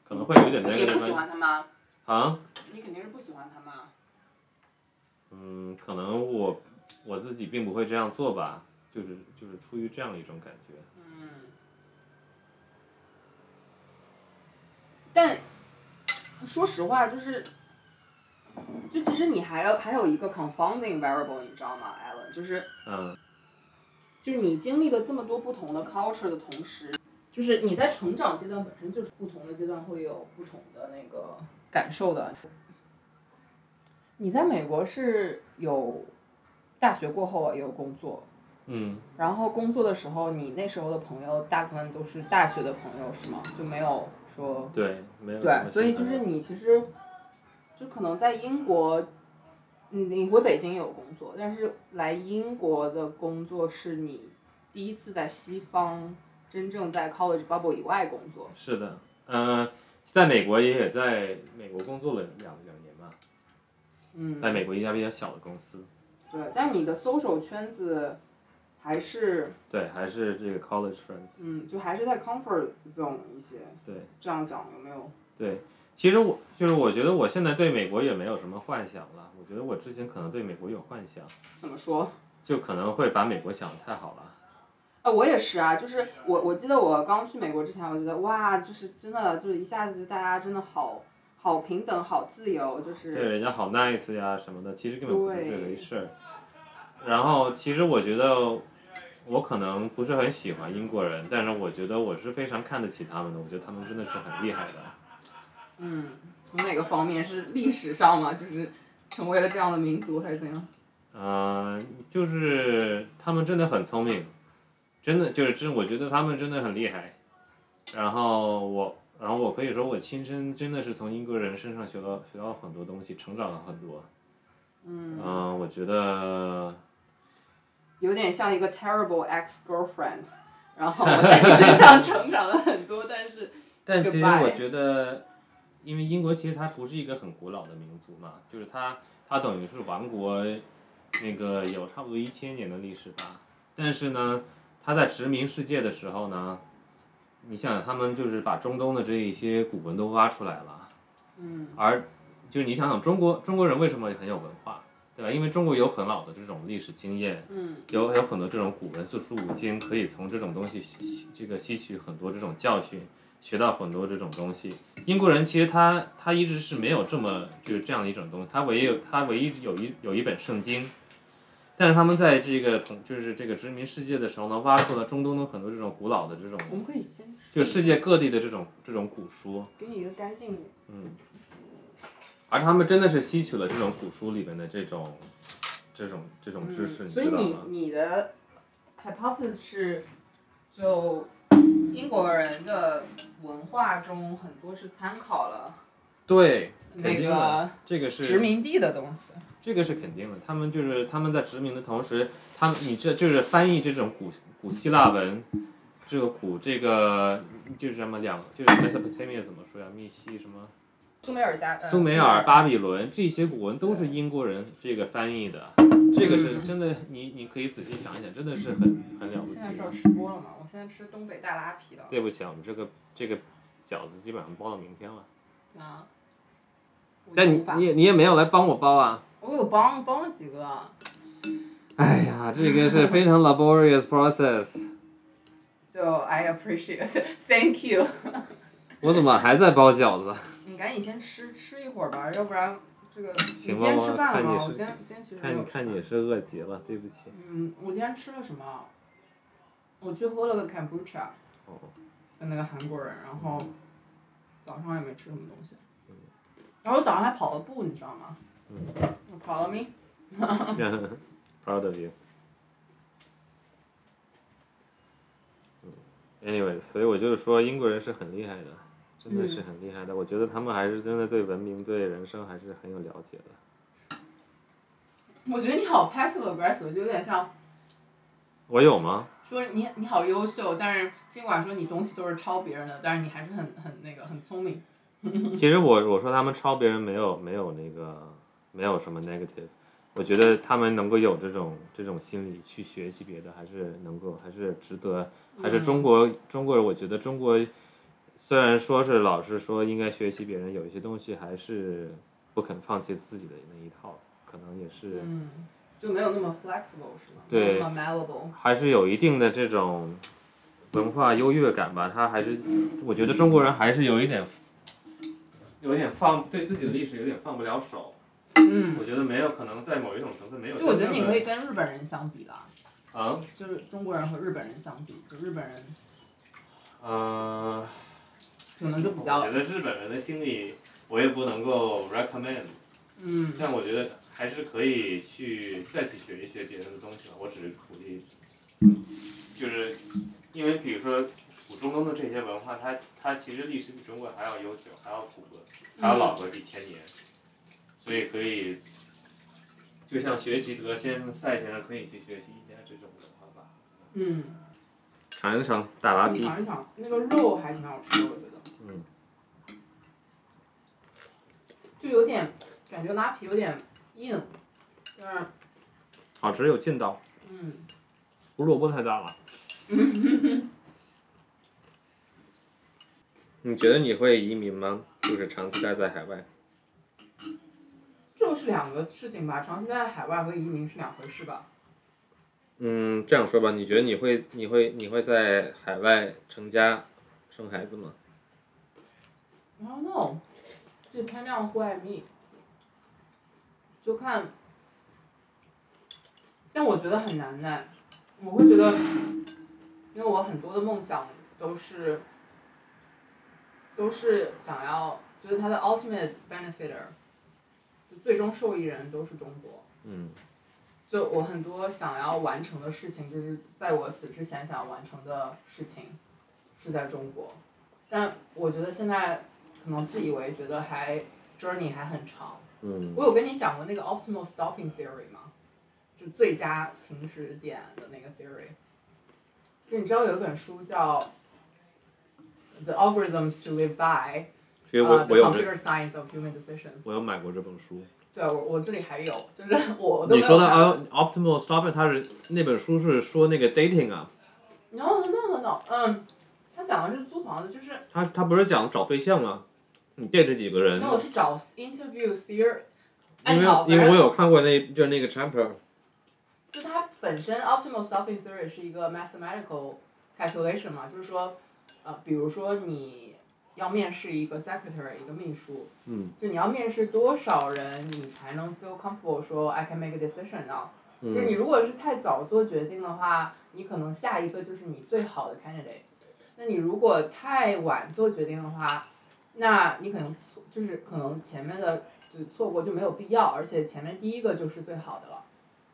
[SPEAKER 1] 可能会有点那
[SPEAKER 2] 也
[SPEAKER 1] 个
[SPEAKER 2] 不
[SPEAKER 1] 什
[SPEAKER 2] 喜
[SPEAKER 1] 么
[SPEAKER 2] 欢他妈，
[SPEAKER 1] 啊，
[SPEAKER 2] 你肯定是不喜欢他妈。
[SPEAKER 1] 嗯，可能我我自己并不会这样做吧，就是就是出于这样的一种感觉。
[SPEAKER 2] 但说实话，就是，就其实你还有还有一个 confounding variable，你知道吗，Alan？就是
[SPEAKER 1] 嗯，
[SPEAKER 2] 就是你经历了这么多不同的 culture 的同时，就是你在成长阶段本身就是不同的阶段会有不同的那个感受的。你在美国是有大学过后啊，也有工作，
[SPEAKER 1] 嗯，
[SPEAKER 2] 然后工作的时候，你那时候的朋友大部分都是大学的朋友，是吗？就没有说
[SPEAKER 1] 对，没有什
[SPEAKER 2] 对，
[SPEAKER 1] 么
[SPEAKER 2] 所以
[SPEAKER 1] 其
[SPEAKER 2] 就
[SPEAKER 1] 他
[SPEAKER 2] 是
[SPEAKER 1] 的
[SPEAKER 2] 你其实就可能在英国，你你回北京有工作，但是来英国的工作是你第一次在西方真正在 college bubble 以外工作。
[SPEAKER 1] 是的，嗯、在美国也也在美国工作了两两年吧。
[SPEAKER 6] 嗯，
[SPEAKER 1] 在美国一家比较小的公司，
[SPEAKER 6] 对，但你的 social 圈子还是
[SPEAKER 1] 对，还是这个 college friends。
[SPEAKER 6] 嗯，就还是在 comfort zone 一些。
[SPEAKER 1] 对，
[SPEAKER 6] 这样讲有没有？
[SPEAKER 1] 其实我就是我觉得我现在对美国也没有什么幻想了，我觉得我之前可能对美国有幻想，
[SPEAKER 6] 怎么说？
[SPEAKER 1] 就可能会把美国想的太好了。
[SPEAKER 6] 啊，我也是啊，就是我我记得我刚去美国之前，我觉得哇，就是真的就是一下子就大家真的好好平等，好自由，就是
[SPEAKER 1] 对人家好 nice 呀什么的，其实根本不是
[SPEAKER 6] 对
[SPEAKER 1] 这回事儿。然后其实我觉得我可能不是很喜欢英国人，但是我觉得我是非常看得起他们的，我觉得他们真的是很厉害的。
[SPEAKER 6] 嗯，从哪个方面是历史上嘛，就是成为了这样的民族还是怎样？
[SPEAKER 1] 嗯、就是他们真的很聪明，真的就是真，我觉得他们真的很厉害。然后我，然后我可以说，我亲身真的是从英国人身上学到学到很多东西，成长了很多。嗯、我觉得
[SPEAKER 6] 有点像一个 terrible ex girlfriend，然后我在你身 上成长了很多，但是
[SPEAKER 1] 但其实
[SPEAKER 6] Goodbye
[SPEAKER 1] 我觉得，因为英国其实它不是一个很古老的民族嘛，就是它它等于是王国，那个有差不多一千年的历史吧。但是呢，它在殖民世界的时候呢，你想想他们就是把中东的这一些古文都挖出来了，嗯，而就是你想想中国中国人为什么很有文化，对吧？因为中国有很老的这种历史经验，
[SPEAKER 6] 嗯，
[SPEAKER 1] 有有很多这种古文四书五经，可以从这种东西吸这个吸取很多这种教训。学到很多这种东西。英国人其实他他一直是没有这么就是这样的一种东西，他唯一有他唯一有一有一本圣经，但是他们在这个同就是这个殖民世界的时候呢，挖出了中东的很多这种古老的这种，
[SPEAKER 6] 我们可以先
[SPEAKER 1] 就世界各地的这种这种古书，
[SPEAKER 6] 给你一个干净点。
[SPEAKER 1] 而他们真的是吸取了这种古书里面的这种这种这种知识，
[SPEAKER 6] 嗯、
[SPEAKER 1] 你
[SPEAKER 6] 所以
[SPEAKER 1] 知道
[SPEAKER 6] 你
[SPEAKER 1] 吗？
[SPEAKER 6] 你的 hypothesis 是，就英国人的文化中很多是参考了
[SPEAKER 1] 对，肯
[SPEAKER 6] 那
[SPEAKER 1] 定
[SPEAKER 6] 个
[SPEAKER 1] 的，这个是
[SPEAKER 2] 殖民地的东西，
[SPEAKER 1] 这个是肯定的，他们就是他们在殖民的同时，他们你这就是翻译这种古古希腊文，这个古这个就是什么两就是 Mesopotamia 怎么说呀？密西什么
[SPEAKER 2] 苏美尔加，呃
[SPEAKER 1] 苏美尔、巴比伦这些古文都是英国人这个翻译的，这个
[SPEAKER 6] 嗯
[SPEAKER 1] 是真的，你你可以仔细想一想，真的是很很了不
[SPEAKER 6] 啊
[SPEAKER 2] 现在
[SPEAKER 1] 起
[SPEAKER 2] 是
[SPEAKER 1] 的
[SPEAKER 2] 要。吃播了吗？我现在吃东北大拉皮了。
[SPEAKER 1] 对不起啊，我们这个这个饺子基本上包到明天了，
[SPEAKER 2] 啊，我
[SPEAKER 1] 但
[SPEAKER 2] 无
[SPEAKER 1] 你
[SPEAKER 2] 法
[SPEAKER 1] 你也你也没有来帮我包啊。
[SPEAKER 2] 我有帮帮了几个，
[SPEAKER 1] 哎呀，这个是非常 laborious process。
[SPEAKER 2] 就 I appreciate，thank you。
[SPEAKER 1] 我怎么还在包饺子？
[SPEAKER 2] 你赶紧先吃吃一会儿吧，要不然这个你
[SPEAKER 1] 行
[SPEAKER 2] 今
[SPEAKER 1] 吧
[SPEAKER 2] 天
[SPEAKER 1] 我
[SPEAKER 2] 吃饭了
[SPEAKER 1] 看你
[SPEAKER 2] 吗？
[SPEAKER 1] 是啊
[SPEAKER 2] 我今天今天其实没
[SPEAKER 1] 看
[SPEAKER 2] 有
[SPEAKER 1] 你
[SPEAKER 2] 吃
[SPEAKER 1] 看
[SPEAKER 2] 饭
[SPEAKER 1] 你是饿极了，对不起。
[SPEAKER 2] 嗯，我今天吃了什么？我去喝了个 kombucha，
[SPEAKER 1] 哦，嗯
[SPEAKER 2] 跟那个韩国人，然后早上也没吃什么东西，然后我早上还跑了步，你知道吗？
[SPEAKER 1] 嗯
[SPEAKER 2] 我跑了没？
[SPEAKER 1] Proud of you. Anyway，所以我就是说，英国人是很厉害的，真的是很厉害的。我觉得他们还是真的对文明、对人生还是很有了解的。
[SPEAKER 2] 我觉得你好 passive aggressive，就有点像
[SPEAKER 1] 我有吗？
[SPEAKER 2] 说你你好优秀，但是尽管说你东西都是抄别人的，但是你还是很很那个很聪明。
[SPEAKER 1] 其实我我说他们抄别人没有没有那个没有什么 negative，我觉得他们能够有这种这种心理去学习别的，还是能够还是值得，还是中国、中国人，我觉得中国虽然说是老是说应该学习别人，有一些东西还是不肯放弃自己的那一套，可能也是
[SPEAKER 2] 嗯，就没有那么 flexible 是吗？
[SPEAKER 1] 对
[SPEAKER 2] 没有那么 malleable。
[SPEAKER 1] 还是有一定的这种文化优越感吧。他还是，我觉得中国人还是有一点，有一点放对自己的历史有点放不了手。
[SPEAKER 2] 嗯，
[SPEAKER 1] 我觉得没有可能在某一种层次没有。
[SPEAKER 2] 就我觉得你可以跟日本人相比啦，
[SPEAKER 1] 啊，
[SPEAKER 2] 就是中国人和日本人相比，就日本人
[SPEAKER 1] 呃，
[SPEAKER 2] 可能就
[SPEAKER 1] 我
[SPEAKER 2] 比较
[SPEAKER 1] 觉得日本人的心理我也不能够 recommend，
[SPEAKER 2] 嗯
[SPEAKER 1] 但我觉得还是可以去再去学一学别人的东西吧。我只是鼓励，就是因为比如说古中东的这些文化，它它其实历史比中国还要悠久，还要古个，还要老个几千年，所以可以。就像学习德先生、赛先生可以去学习一下这种文化吧。
[SPEAKER 2] 嗯，
[SPEAKER 1] 尝一尝大拉
[SPEAKER 2] 你尝一尝，那个肉还挺好吃的，我觉得
[SPEAKER 1] 嗯，
[SPEAKER 2] 就有点感觉拉皮有点硬，但是
[SPEAKER 1] 好吃有劲道，
[SPEAKER 2] 嗯，
[SPEAKER 1] 胡萝卜太大了。你觉得你会移民吗？就是长期待在海外。
[SPEAKER 2] 这个是两个事情吧，长期待在海外和移民是两回事吧。
[SPEAKER 1] 嗯，这样说吧，你觉得你会你会你会在海外成家生孩子吗？
[SPEAKER 2] I don't know. Depend on who I meet. 就看，但我觉得很难呢。我会觉得，因为我很多的梦想都是，都是想要，就是它的 ultimate benefiter，就最终受益人都是中国。
[SPEAKER 1] 嗯
[SPEAKER 2] 就我很多想要完成的事情，就是在我死之前想要完成的事情，是在中国。但我觉得现在可能自以为觉得还 journey 还很长。
[SPEAKER 1] 嗯
[SPEAKER 2] 我有跟你讲过那个 optimal stopping theory 吗？就最佳停止点的那个 theory。就你知道有一本书叫《The Algorithms to Live By》，
[SPEAKER 1] 其实我
[SPEAKER 2] 呃，
[SPEAKER 1] 我
[SPEAKER 2] The
[SPEAKER 1] 有这
[SPEAKER 2] Computer Science of Human Decisions》。
[SPEAKER 1] 我有买过这本书。
[SPEAKER 2] 对，我我这里还有，就是我都没
[SPEAKER 1] 你
[SPEAKER 2] 有
[SPEAKER 1] 说的啊
[SPEAKER 2] 看过
[SPEAKER 1] op optimal stopping，它是那本书是说那个 dating 啊，
[SPEAKER 2] No no no no no，嗯，他讲的是租房子，就是
[SPEAKER 1] 它它不是讲找对象吗？你 date 几个人？
[SPEAKER 2] 那我是找 interview theory，
[SPEAKER 1] 嗯因为因为我有看过那就是那个 chapter，
[SPEAKER 2] 就它本身 optimal stopping theory 是一个 mathematical calculation 嘛，就是说，呃，比如说你要面试一个 secretary 一个秘书，
[SPEAKER 1] 嗯，
[SPEAKER 2] 就你要面试多少人，你才能 feel comfortable 说 I can make a decision now，、就是你
[SPEAKER 1] 嗯
[SPEAKER 2] 如果是太早做决定的话，你可能下一个就是你最好的 candidate。那你如果太晚做决定的话，那你可能错，就是可能前面的就错过就没有必要，而且前面第一个就是最好的了。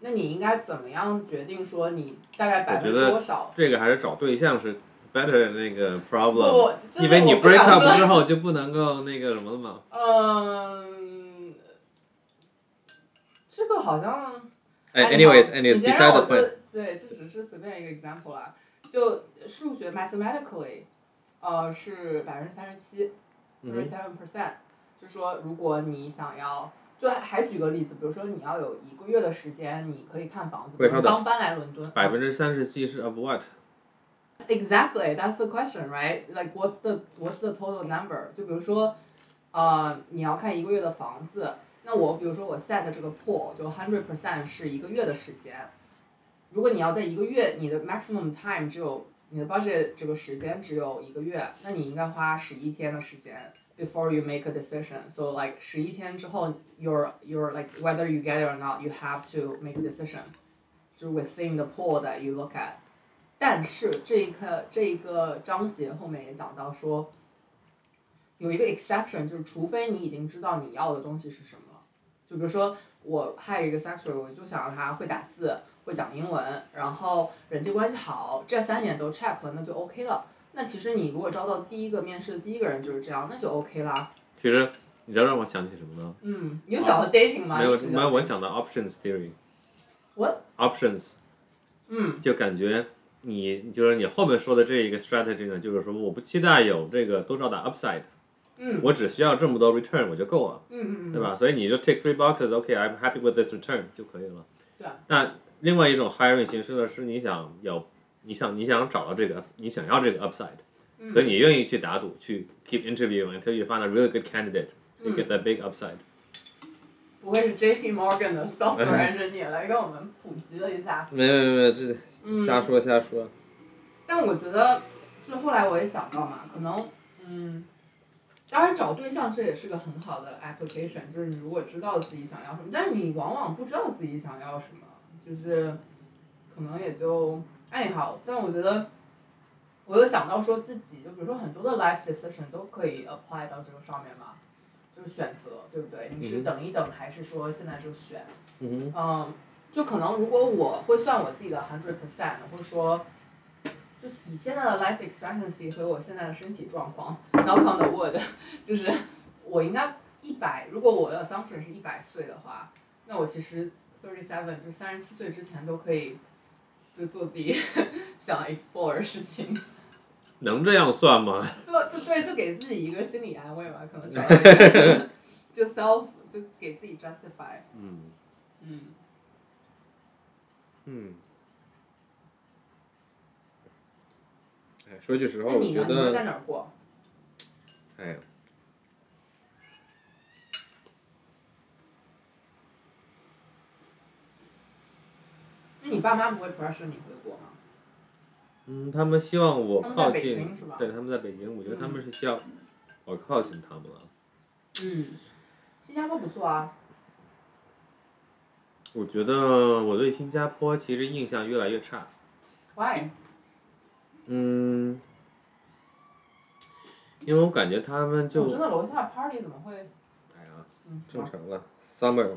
[SPEAKER 2] 那你应该怎么样决定说你大概百分
[SPEAKER 1] 我觉
[SPEAKER 2] 之
[SPEAKER 1] 得
[SPEAKER 2] 多少？
[SPEAKER 1] 这个还是找对象是 better 那个
[SPEAKER 2] 不
[SPEAKER 1] problem，，
[SPEAKER 2] 真的
[SPEAKER 1] 因为你
[SPEAKER 2] 我不
[SPEAKER 1] break
[SPEAKER 2] 想
[SPEAKER 1] up
[SPEAKER 2] 说
[SPEAKER 1] 之后就不能够那个什么了嘛。
[SPEAKER 2] 嗯，这个好像。
[SPEAKER 1] 哎
[SPEAKER 2] I don't
[SPEAKER 1] ，anyways
[SPEAKER 2] know，
[SPEAKER 1] anyways
[SPEAKER 2] 你先让
[SPEAKER 1] beside
[SPEAKER 2] 我
[SPEAKER 1] the
[SPEAKER 2] 就
[SPEAKER 1] point，
[SPEAKER 2] 对，这只是随便一个 example 啦。就数学 mathematically，呃，是百分之三十七，thirty
[SPEAKER 1] 嗯
[SPEAKER 2] seven percent。就说如果你想要，就还举个例子，比如说你要有一个月的时间，你可以看房子，比
[SPEAKER 1] 会
[SPEAKER 2] 如
[SPEAKER 1] 稍等
[SPEAKER 2] 刚搬来伦敦。
[SPEAKER 1] 百分之三十七是 of what？
[SPEAKER 2] Exactly, that's the question, right? Like, what's the what's the total number? 就比如说，呃，你要看一个月的房子，那我比如说我 set 这个 pool 就 hundred percent 是一个月的时间。如果你要在一个月，你的 maximum time 只有你的 budget 这个时间只有一个月，那你应该花十一天的时间 before you make a decision. So like 十一天之后，your your like whether you get it or not, you have to make a decision. 就是 within the pool that you look at. 但是这一个这一个章节后面也讲到说，有一个 exception，就是除非你已经知道你要的东西是什么了，就比如说我 hire 一个 secretary，我就想让他会打字、会讲英文，然后人际关系好，这三点都 check 了，那就 OK 了。那其实你如果招到第一个面试的第一个人就是这样，那就 OK 啦。
[SPEAKER 1] 其实你知道让我想起什么呢？
[SPEAKER 2] 嗯，你有想到 dating 吗？
[SPEAKER 1] 哦没有，
[SPEAKER 2] 你是
[SPEAKER 1] 没有，我想到 options theory。
[SPEAKER 2] What？
[SPEAKER 1] options
[SPEAKER 2] 嗯
[SPEAKER 1] 就感觉你就是你后面说的这一个 strategy 呢，就是说我不期待有这个多少的 upside，
[SPEAKER 2] 嗯
[SPEAKER 1] 我只需要这么多 return 我就够了，
[SPEAKER 2] 嗯嗯
[SPEAKER 1] 对
[SPEAKER 2] 嗯，
[SPEAKER 1] 吧？所以你就 take three boxes，OK，I'm、happy with this return 就可以了。
[SPEAKER 2] 对啊
[SPEAKER 1] 那另外一种 hiring 形式呢，是你想有，你想你想找到这个，你想要这个 upside。
[SPEAKER 2] 嗯
[SPEAKER 1] 所以你愿意去打赌，去 keep interviewing until you find a really good candidate, so you get that big upside。
[SPEAKER 2] 不会是 JP Morgan 的 software engineer 来给我们普及了一下？
[SPEAKER 1] 没有没有没有，这
[SPEAKER 2] 嗯
[SPEAKER 1] 瞎说瞎说。
[SPEAKER 2] 但我觉得，就是后来我也想到嘛，可能，嗯，当然找对象这也是个很好的 application，就是你如果知道自己想要什么，但是你往往不知道自己想要什么，就是可能也就爱好。但我觉得，我又想到说自己，就比如说很多的 life decision 都可以 apply 到这个上面嘛，就是选择，对不对？你是
[SPEAKER 1] 嗯
[SPEAKER 2] 等一等，还是说现在就选？
[SPEAKER 1] 嗯
[SPEAKER 2] 嗯，就可能如果我会算我自己的 hundred percent，或者说，就是以现在的 life expectancy 和我现在的身体状况，knock on the wood，就是 我应该一百，如果我的 assumption 是一百岁的话，那我其实 thirty seven 就三十七岁之前都可以，就做自己 想 explore 的事情，
[SPEAKER 1] 哼，能这样算吗？
[SPEAKER 2] 做就对，就给自己一个心理安慰嘛，可能找到一个就 self 就给自己 justify。
[SPEAKER 7] 嗯
[SPEAKER 2] 嗯，
[SPEAKER 1] 嗯。哎，说句实话，
[SPEAKER 2] 那
[SPEAKER 1] 我
[SPEAKER 2] 你
[SPEAKER 1] 觉
[SPEAKER 2] 呢？你会
[SPEAKER 1] 得，
[SPEAKER 2] 在哪儿过？
[SPEAKER 1] 哎，
[SPEAKER 2] 那你爸妈不会 pressure 你回国吗？
[SPEAKER 1] 嗯，他们希望我
[SPEAKER 2] 他们在
[SPEAKER 1] 靠
[SPEAKER 2] 北
[SPEAKER 1] 近，
[SPEAKER 2] 京是吧？
[SPEAKER 1] 对，他们在北京，我觉得他们是希望我靠近他们了。
[SPEAKER 2] 嗯，新加坡不错啊。
[SPEAKER 1] 我觉得我对新加坡其实印象越来越差。
[SPEAKER 2] Why？
[SPEAKER 1] 嗯，因为我感觉他们就
[SPEAKER 2] 我，真的楼下 party 怎么会？
[SPEAKER 1] 哎呀，
[SPEAKER 2] 嗯，
[SPEAKER 1] 正常了，summer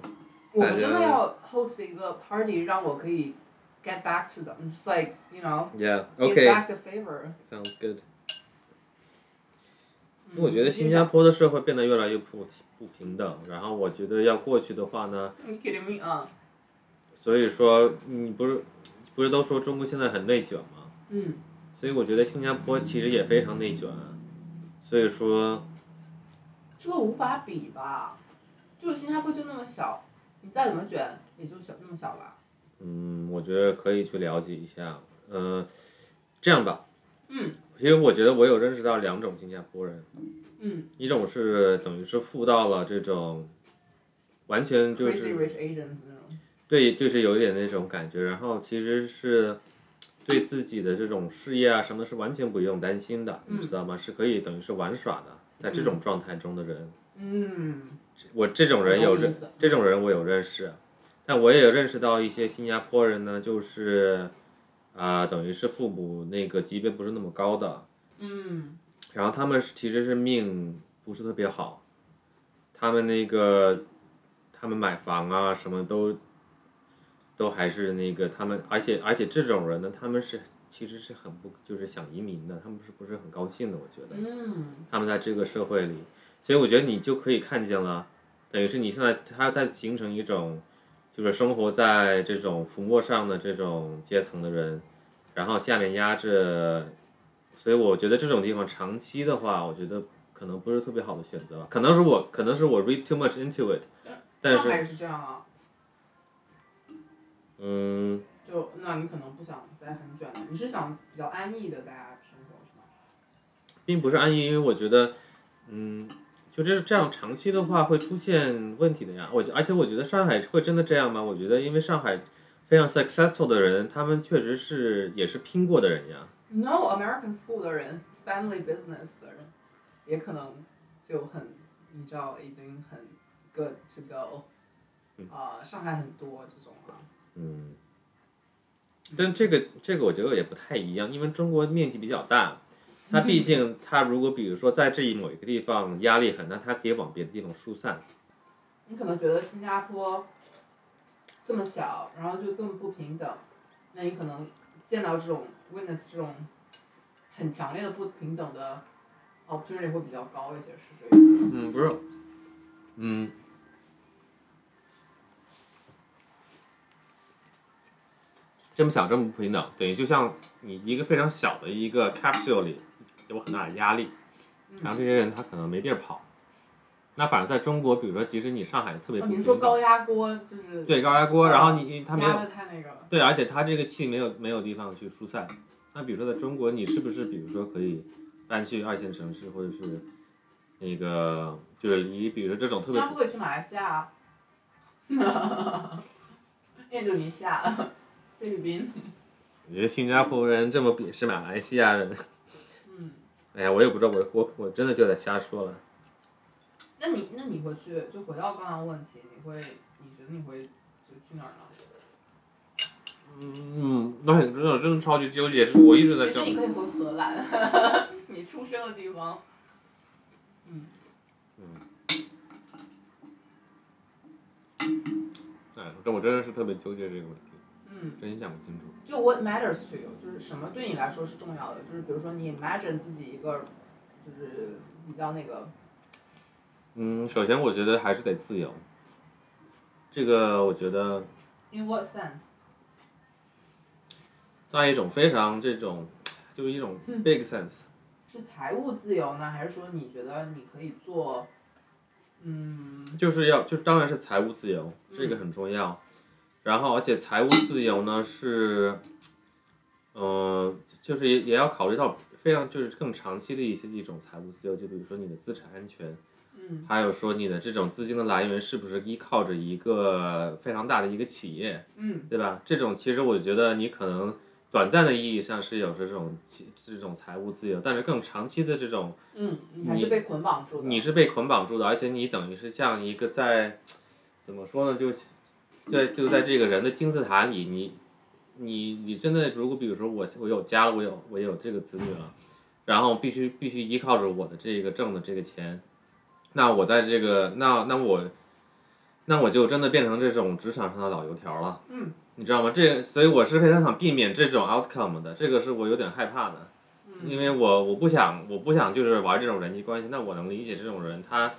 [SPEAKER 2] 我们真的要 host 一个 party，让我可以 get back to them. It's like you know,
[SPEAKER 1] Yeah.
[SPEAKER 2] give
[SPEAKER 1] Okay.
[SPEAKER 2] back the favor.
[SPEAKER 1] Sounds good.
[SPEAKER 2] 嗯
[SPEAKER 1] 我觉得新加坡的社会变得越来越不不平等，然后我觉得要过去的话呢，
[SPEAKER 2] 你 kidding me 啊？
[SPEAKER 1] 所以说你不是不是都说中国现在很内卷吗？
[SPEAKER 2] 嗯，
[SPEAKER 1] 所以我觉得新加坡其实也非常内卷，啊所以说
[SPEAKER 2] 这个无法比吧？就是新加坡就那么小，你再怎么卷，也就小那么小吧。
[SPEAKER 1] 嗯，我觉得可以去了解一下，嗯、这样吧，
[SPEAKER 2] 嗯
[SPEAKER 1] 其实我觉得我有认识到两种新加坡人，
[SPEAKER 2] 嗯
[SPEAKER 1] 一种是等于是富到了这种，完全嗯就
[SPEAKER 2] ，crazy
[SPEAKER 1] 是
[SPEAKER 2] rich Asians 那种。
[SPEAKER 1] 对，就是有一点那种感觉，然后其实是对自己的这种事业啊什么是完全不用担心的，
[SPEAKER 2] 嗯
[SPEAKER 1] 你知道吗？是可以等于是玩耍的，在这种状态中的人，
[SPEAKER 2] 嗯，
[SPEAKER 1] 我这种人有
[SPEAKER 2] 我懂你意
[SPEAKER 1] 认
[SPEAKER 2] 思，
[SPEAKER 1] 这种人我有认识，但我也有认识到一些新加坡人呢，就是啊、等于是父母那个级别不是那么高的，
[SPEAKER 2] 嗯，
[SPEAKER 1] 然后他们是其实是命不是特别好，他们那个他们买房啊什么都都还是那个他们，而且而且这种人呢，他们是其实是很不就是想移民的，他们是不是很高兴的？我觉得，
[SPEAKER 2] 嗯，
[SPEAKER 1] 他们在这个社会里，所以我觉得你就可以看见了，等于是你现在他在形成一种，就是生活在这种浮沫上的这种阶层的人，然后下面压着，所以我觉得这种地方长期的话，我觉得可能不是特别好的选择吧，可能是我可能是我 read too much into it，但
[SPEAKER 2] 嗯上
[SPEAKER 1] 是
[SPEAKER 2] 海也是这样啊。
[SPEAKER 1] 嗯，
[SPEAKER 2] 就那你可能不想再很卷了，你是想比较安逸的大家生活是吗？
[SPEAKER 1] 并不是安逸，因为我觉得，嗯。就这这样长期的话会出现问题的呀。我觉而且我觉得上海会真的这样吗？我觉得因为上海非常 successful 的人，他们确实是也是拼过的人呀。
[SPEAKER 2] No American school 的人，family business 的人，也可能就很，你知道，已经很 good to go。啊、上海很多这种啊。
[SPEAKER 1] 嗯，但这个这个我觉得也不太一样，因为中国面积比较大，它毕竟它如果比如说在这一某一个地方压力很大，它可以往别的地方疏散。
[SPEAKER 2] 你可能觉得新加坡这么小，然后就这么不平等，那你可能见到这种 witness 这种很强烈的不平等的 opportunity 会比较高一些，是这个意思吗？
[SPEAKER 1] 嗯，不是，嗯，这么小，这么不平等，等于就像你一个非常小的一个 capsule 里有很大的压力，然后这些人他可能没地儿跑。那反而在中国，比如说，即使你上海特别
[SPEAKER 2] 哦，
[SPEAKER 1] 不
[SPEAKER 2] 你
[SPEAKER 1] 平
[SPEAKER 2] 是说哦
[SPEAKER 1] 等，
[SPEAKER 2] 高压锅就是
[SPEAKER 1] 对高压锅，然后你他没有
[SPEAKER 2] 压的太那个了。
[SPEAKER 1] 对，而且它这个气没有没有地方去疏散。那比如说在中国，你是不是比如说可以搬去二线城市，或者是那个就是离比如说这种特
[SPEAKER 2] 新
[SPEAKER 1] 别
[SPEAKER 2] 加坡可以去马来西亚啊，印度尼西亚、菲律宾，
[SPEAKER 1] 我觉得新加坡人这么鄙视马来西亚人，
[SPEAKER 2] 嗯，
[SPEAKER 1] 哎呀，我也不知道，我我我真的就在瞎说了。
[SPEAKER 2] 那你那你回去就回到刚刚的问题，你会你觉得你会就去哪儿呢？
[SPEAKER 1] 嗯，那真的真的超级纠结，是我一直
[SPEAKER 2] 也许你可以回荷兰， 你出生的地方。嗯，
[SPEAKER 1] 哎，这我真的是特别纠结这个问题，
[SPEAKER 2] 嗯，
[SPEAKER 1] 真想不清楚。
[SPEAKER 2] 就 what matters to you，就是什么对你来说是重要的？就是比如说你 imagine 自己一个，就是比较那个，
[SPEAKER 1] 嗯，首先我觉得还是得自由，这个我觉得
[SPEAKER 2] in what sense？
[SPEAKER 1] 在一种非常这种，就是一种 big sense。
[SPEAKER 2] 是财务自由呢，还是说你觉得你可以做，嗯，
[SPEAKER 1] 就是要就当然是财务自由，这个很重要。然后而且财务自由呢是，呃，就是也也要考虑到非常就是更长期的一些一种财务自由，就比如说你的资产安全，嗯，还有说你的这种资金的来源是不是依靠着一个非常大的一个企业，嗯，对吧？这种其实我觉得你可能。短暂的意义上是有这种这种财务自由，但是更长期的这种
[SPEAKER 2] 嗯，你还是被捆绑住的。
[SPEAKER 1] 你是被捆绑住的，而且你等于是像一个在，怎么说呢，就，在就在这个人的金字塔里，你，你你真的如果比如说我我有家了，我有我有这个子女了，然后必须必须依靠着我的这个挣的这个钱，那我在这个那那我，那我就真的变成这种职场上的老油条了。嗯。你知道吗？这所以我是非常想避免这种 outcome 的，这个是我有点害怕的。
[SPEAKER 2] 嗯
[SPEAKER 1] 因为我我不想我不想就是玩这种人际关系，那我能理解这种人，他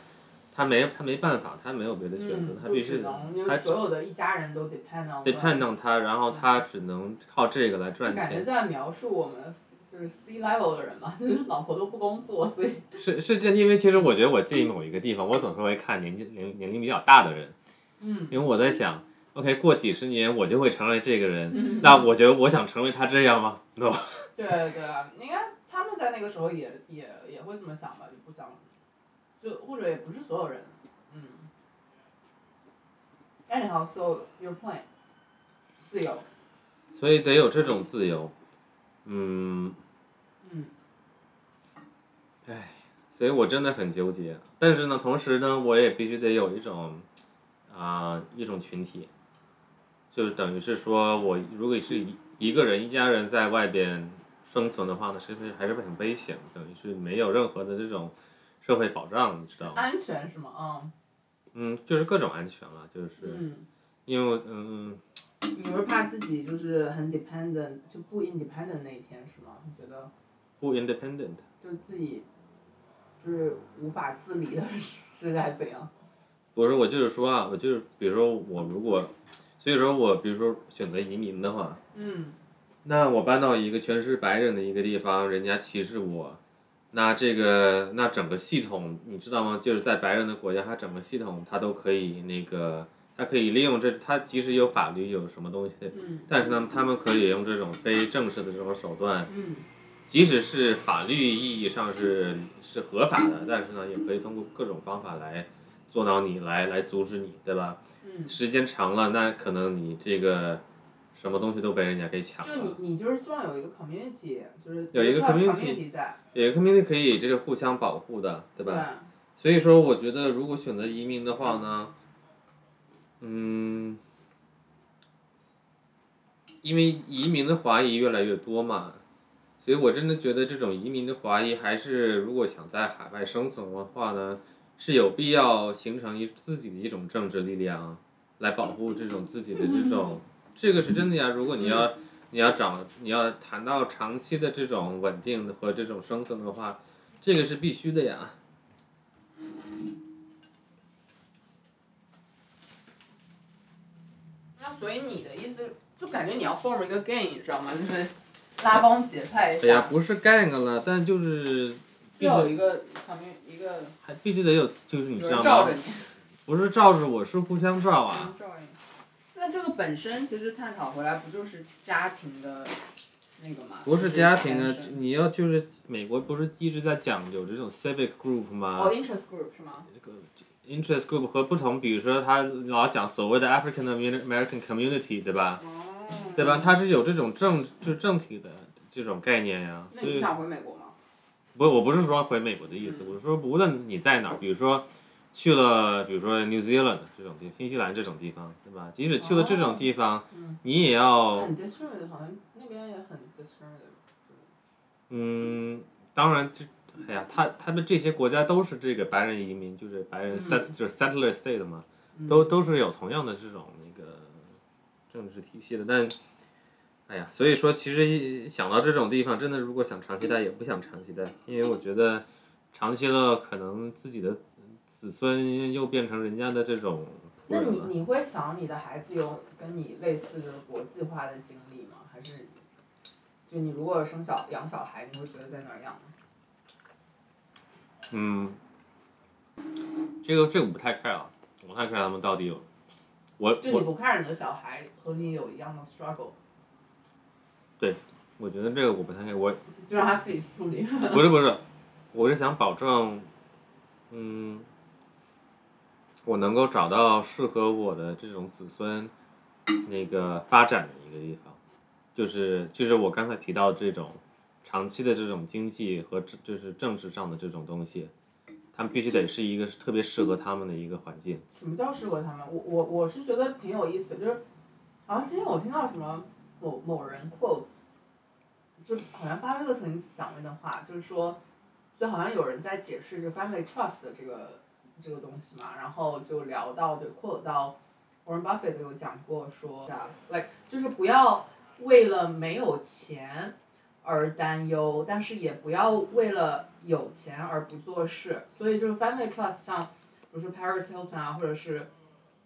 [SPEAKER 1] 他没他没办法，他没有别的选择，他
[SPEAKER 2] 就
[SPEAKER 1] 必
[SPEAKER 2] 嗯只嗯
[SPEAKER 1] 须
[SPEAKER 2] 能就
[SPEAKER 1] 他
[SPEAKER 2] 是所有的一家人都 depend on
[SPEAKER 1] 得
[SPEAKER 2] one
[SPEAKER 1] 判断他，然后他只能靠这个来赚
[SPEAKER 2] 感觉
[SPEAKER 1] 钱，
[SPEAKER 2] 在描述我们 C- 就是 C level 的人嘛，就是老婆都不工作， 所以
[SPEAKER 1] 是是这，因为其实我觉得我介意某一个地方，我总是会看年纪年年龄比较大的人，嗯，因为我在想，OK，过几十年我就会成为这个人，那我觉得我想成为他这样吗？No，
[SPEAKER 2] 对对啊，应该他们在那个时候也也也会这么想吧，就不想，就或者也不是所有人，嗯。Anyhow, so your point，自由，
[SPEAKER 1] 所以得有这种自由，嗯，
[SPEAKER 2] 嗯，
[SPEAKER 1] 所以我真的很纠结。但是呢，同时呢，我也必须得有一种，啊、一种群体，就是等于是说我如果是一一个人一家人在外边生存的话呢，是不是还是会很危险？等于是没有任何的这种社会保障，你知道吗？
[SPEAKER 2] 安全是吗？
[SPEAKER 1] 嗯，就是各种安全了，就是
[SPEAKER 2] 嗯
[SPEAKER 1] 因为我嗯，
[SPEAKER 2] 嗯，你会怕自己就是很 dependent 就不 independent 那一天是吗？你觉得
[SPEAKER 1] 不 independent。
[SPEAKER 2] 就自己就是无法自理的是该怎样？
[SPEAKER 1] 不是，我就是说啊，我就是比如说我如果，所以说我比如说选择移民的话，
[SPEAKER 2] 嗯
[SPEAKER 1] 那我搬到一个全是白人的一个地方，人家歧视我，那这个那整个系统你知道吗？就是在白人的国家，它整个系统它都可以那个，它可以利用这，它即使有法律有什么东西，
[SPEAKER 2] 嗯
[SPEAKER 1] 但是呢，他们可以用这种非正式的这种手段，
[SPEAKER 2] 嗯
[SPEAKER 1] 即使是法律意义上是是合法的，但是呢，也可以通过各种方法来做到你，来来阻止你，对吧？
[SPEAKER 2] 嗯，
[SPEAKER 1] 时间长了，那可能你这个什么东西都被人家给抢
[SPEAKER 2] 就
[SPEAKER 1] 了。
[SPEAKER 2] 你你就是希望有一个 community，就是
[SPEAKER 1] 有一个
[SPEAKER 2] trust
[SPEAKER 1] community
[SPEAKER 2] community 在，
[SPEAKER 1] 也 community 可以这是互相保护的，对
[SPEAKER 2] 对
[SPEAKER 1] 吧？？
[SPEAKER 8] 嗯
[SPEAKER 1] 所以说，我觉得如果选择移民的话呢，嗯，因为移民的华裔越来越多嘛，所以我真的觉得这种移民的华裔还是如果想在海外生存的话呢，是有必要形成一自己的一种政治力量，来保护这种自己的这种，这个是真的呀。如果你要、你要找你要谈到长期的这种稳定和这种生存的话，这个是必须的呀。
[SPEAKER 8] 那所以你的意思就感觉你要 form 一个 gang，你知道吗？就是
[SPEAKER 2] 拉帮结派一
[SPEAKER 1] 哎呀
[SPEAKER 2] 下，，
[SPEAKER 1] 不是 gang 了，但就是必
[SPEAKER 2] 就有一
[SPEAKER 1] 须
[SPEAKER 2] 个 community 一个
[SPEAKER 1] 还必须得有，就是你
[SPEAKER 2] 有
[SPEAKER 1] 知
[SPEAKER 2] 人
[SPEAKER 1] 道
[SPEAKER 2] 罩
[SPEAKER 1] 吗
[SPEAKER 2] 着？你，嗯
[SPEAKER 1] 不是罩着我，是互相罩
[SPEAKER 2] 有
[SPEAKER 1] 啊
[SPEAKER 2] 人。罩着你。
[SPEAKER 8] 那这个本身其实探讨回来不就是家庭的那个吗？
[SPEAKER 1] 不是家庭啊
[SPEAKER 8] 就是延，伸
[SPEAKER 1] 你要就是美国不是一直在讲有这种 civic group 吗
[SPEAKER 8] 哦、i n t e r e s t group 是吗？
[SPEAKER 1] ？interest group 和不同，比如说他老讲所谓的 African American community，对吧？
[SPEAKER 8] 哦
[SPEAKER 1] 对吧？它是有这种政就政体的这种概念呀、
[SPEAKER 8] 那
[SPEAKER 1] 所
[SPEAKER 8] 你
[SPEAKER 1] 以
[SPEAKER 8] 想回美国吗？
[SPEAKER 1] 不，我不是说回美国的意思，我是说无论你在哪儿，比如说去了，比如说 New Zealand 这种地，新西兰这种地方，对吧？即使去了这种地方，你也要，
[SPEAKER 2] 很 discriminate，好像那边也很 discriminate。
[SPEAKER 1] 嗯，当然这，哎呀，他他们这些国家都是这个白人移民，就是白人 set、就是 settler state 嘛，
[SPEAKER 2] 嗯
[SPEAKER 1] 都都是有同样的这种那个政治体系的，但。哎呀，所以说，其实一想到这种地方，真的如果想长期待，也不想长期待，因为我觉得长期了，可能自己的子孙又变成人家的这种仆
[SPEAKER 2] 那
[SPEAKER 1] 人
[SPEAKER 2] 你
[SPEAKER 1] 了。
[SPEAKER 2] 你会想你的孩子有跟你类似就是国际化的经历吗？还是就你如果生小养小孩，你会觉得在哪儿养？
[SPEAKER 1] 嗯，这个这个我不太 care 啊，我不太 care 他们到底有，我
[SPEAKER 2] 就你
[SPEAKER 1] 呃我
[SPEAKER 2] 不看你的小孩和你有一样的 struggle，
[SPEAKER 1] 我觉得这个我不太 care，我
[SPEAKER 2] 就让他自己处理。
[SPEAKER 1] 不是不是，我是想保证，嗯，我能够找到适合我的这种子孙那个发展的一个地方，就是就是我刚才提到这种长期的这种经济和这就是政治上的这种东西，他们必须得是一个特别适合他们的一个环境。
[SPEAKER 2] 什么叫适合他们？我我我是觉得挺有意思，就是好像今天我听到什么某某人 quotes，就好像巴菲特曾经讲过一段话，就是说，就好像有人在解释这 family trust 的这个这个东西嘛，然后就聊到就 quote 到 Warren Buffett 有讲过说，like 就是不要为了没有钱而担忧，但是也不要为了有钱而不做事，所以就是 family trust 像。比如说 Paris Hilton 啊，或者是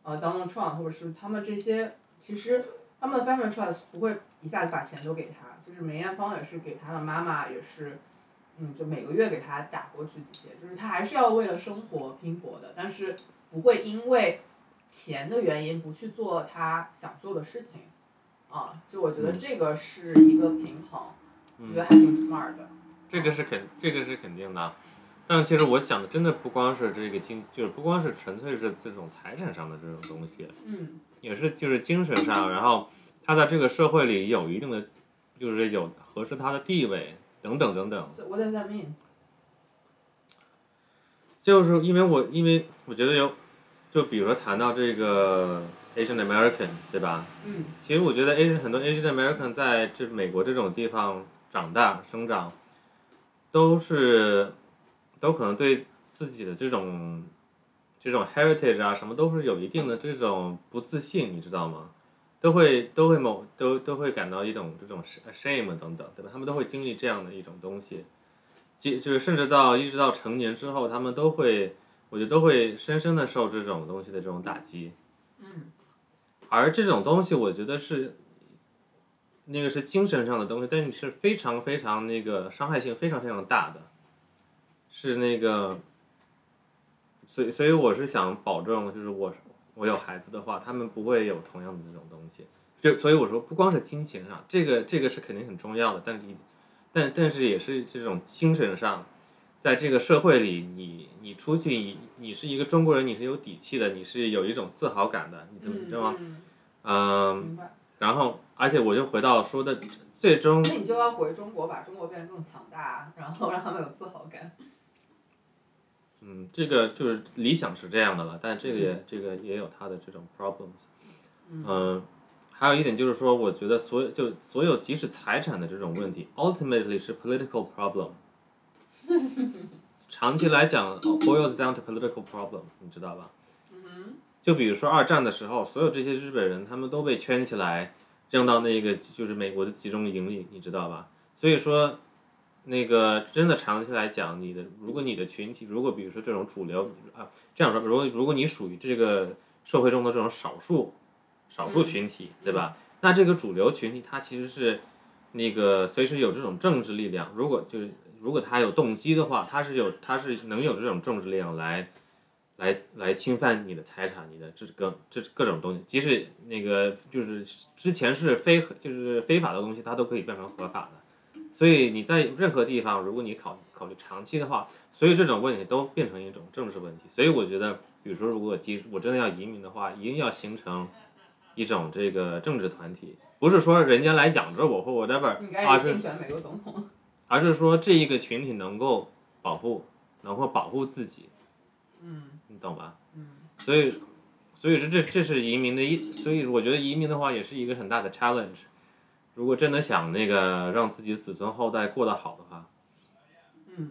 [SPEAKER 2] 呃 Donald Trump，或者是他们这些，其实他们的 family trust 不会一下子把钱都给他，就是梅艳芳也是给他的妈妈也是，嗯，就每个月给他打过去几些，就是他还是要为了生活拼搏的，但是不会因为钱的原因不去做他想做的事情，啊，就我觉
[SPEAKER 1] 嗯
[SPEAKER 2] 得这个是一个平衡，我觉得还挺 smart 的，
[SPEAKER 1] 这个是肯，这个是肯定的。啊但其实我想的真的不光是这个经，就是不光是纯粹是这种财产上的这种东西，
[SPEAKER 2] 嗯
[SPEAKER 1] 也是就是精神上，然后他在这个社会里有一定的，就是有合适他的地位等等等等。
[SPEAKER 2] ，so what does that mean？
[SPEAKER 1] 就是因为我因为我觉得有，就比如说谈到这个 Asian American 对吧？
[SPEAKER 2] 嗯
[SPEAKER 1] 其实我觉得 Asian 很多 Asian American 在这美国这种地方长大生长，都是都可能对自己的这种这种 heritage 啊什么都是有一定的这种不自信，你知道吗？都会都会某都都会感到一种这种 shame 等等，对吧？他们都会经历这样的一种东西，即就是甚至到一直到成年之后，他们都会，我觉得都会深深的受这种东西的这种打击。
[SPEAKER 2] 嗯
[SPEAKER 1] 而这种东西，我觉得是那个是精神上的东西，但你是非常非常那个伤害性非常非常大的，是那个，所以所以我是想保证，就是我我有孩子的话，他们不会有同样的这种东西。就所以我说，不光是金钱上，这个这个是肯定很重要的，但是但但是也是这种精神上，在这个社会里，你你出去，你你是一个中国人，你是有底气的，你是有一种自豪感的，啊你懂你知道吗？
[SPEAKER 2] 嗯，
[SPEAKER 1] 嗯，
[SPEAKER 2] 明白。
[SPEAKER 1] 然后，而且我就回到说的，最终
[SPEAKER 2] 那你就要回中国，把中国变得更强大，然后让他们有自豪感。
[SPEAKER 1] 嗯，这个就是理想是这样的了，但这个也、这个也有它的这种 problems。嗯、还有一点就是说，我觉得所有就所有即使财产的这种问题，ultimately 是 political problem。长期来讲，boils 哦 down to political problem，你知道吧？就比如说二战的时候，所有这些日本人他们都被圈起来，扔到那个就是美国的集中营里，你知道吧？所以说那个真的长期来讲，你的如果你的群体，如果比如说这种主流啊，这样说，如果如果你属于这个社会中的这种少数少数群体，对吧？那这个主流群体它其实是那个随时有这种政治力量，如果就是如果他有动机的话，他是有他是能有这种政治力量来。来来侵犯你的财产，你的这各这各种东西，即使那个就是之前是非就是非法的东西，它都可以变成合法的。所以你在任何地方，如果你考考虑长期的话，所有这种问题都变成一种政治问题。所以我觉得，比如说，如果即我真的要移民的话，一定要形成一种这个政治团体，不是说人家来养着我或 whatever，
[SPEAKER 2] 你该
[SPEAKER 1] 而
[SPEAKER 2] 也
[SPEAKER 1] 是
[SPEAKER 2] 竞选美国总统。
[SPEAKER 1] 而是说这一个群体能够保护，能够保护自己，
[SPEAKER 2] 嗯
[SPEAKER 1] 你懂吧？
[SPEAKER 2] 嗯
[SPEAKER 1] 所以，所以说这这是移民的一，所以我觉得移民的话也是一个很大的 challenge。如果真的想那个让自己子孙后代过得好的话，
[SPEAKER 2] 嗯，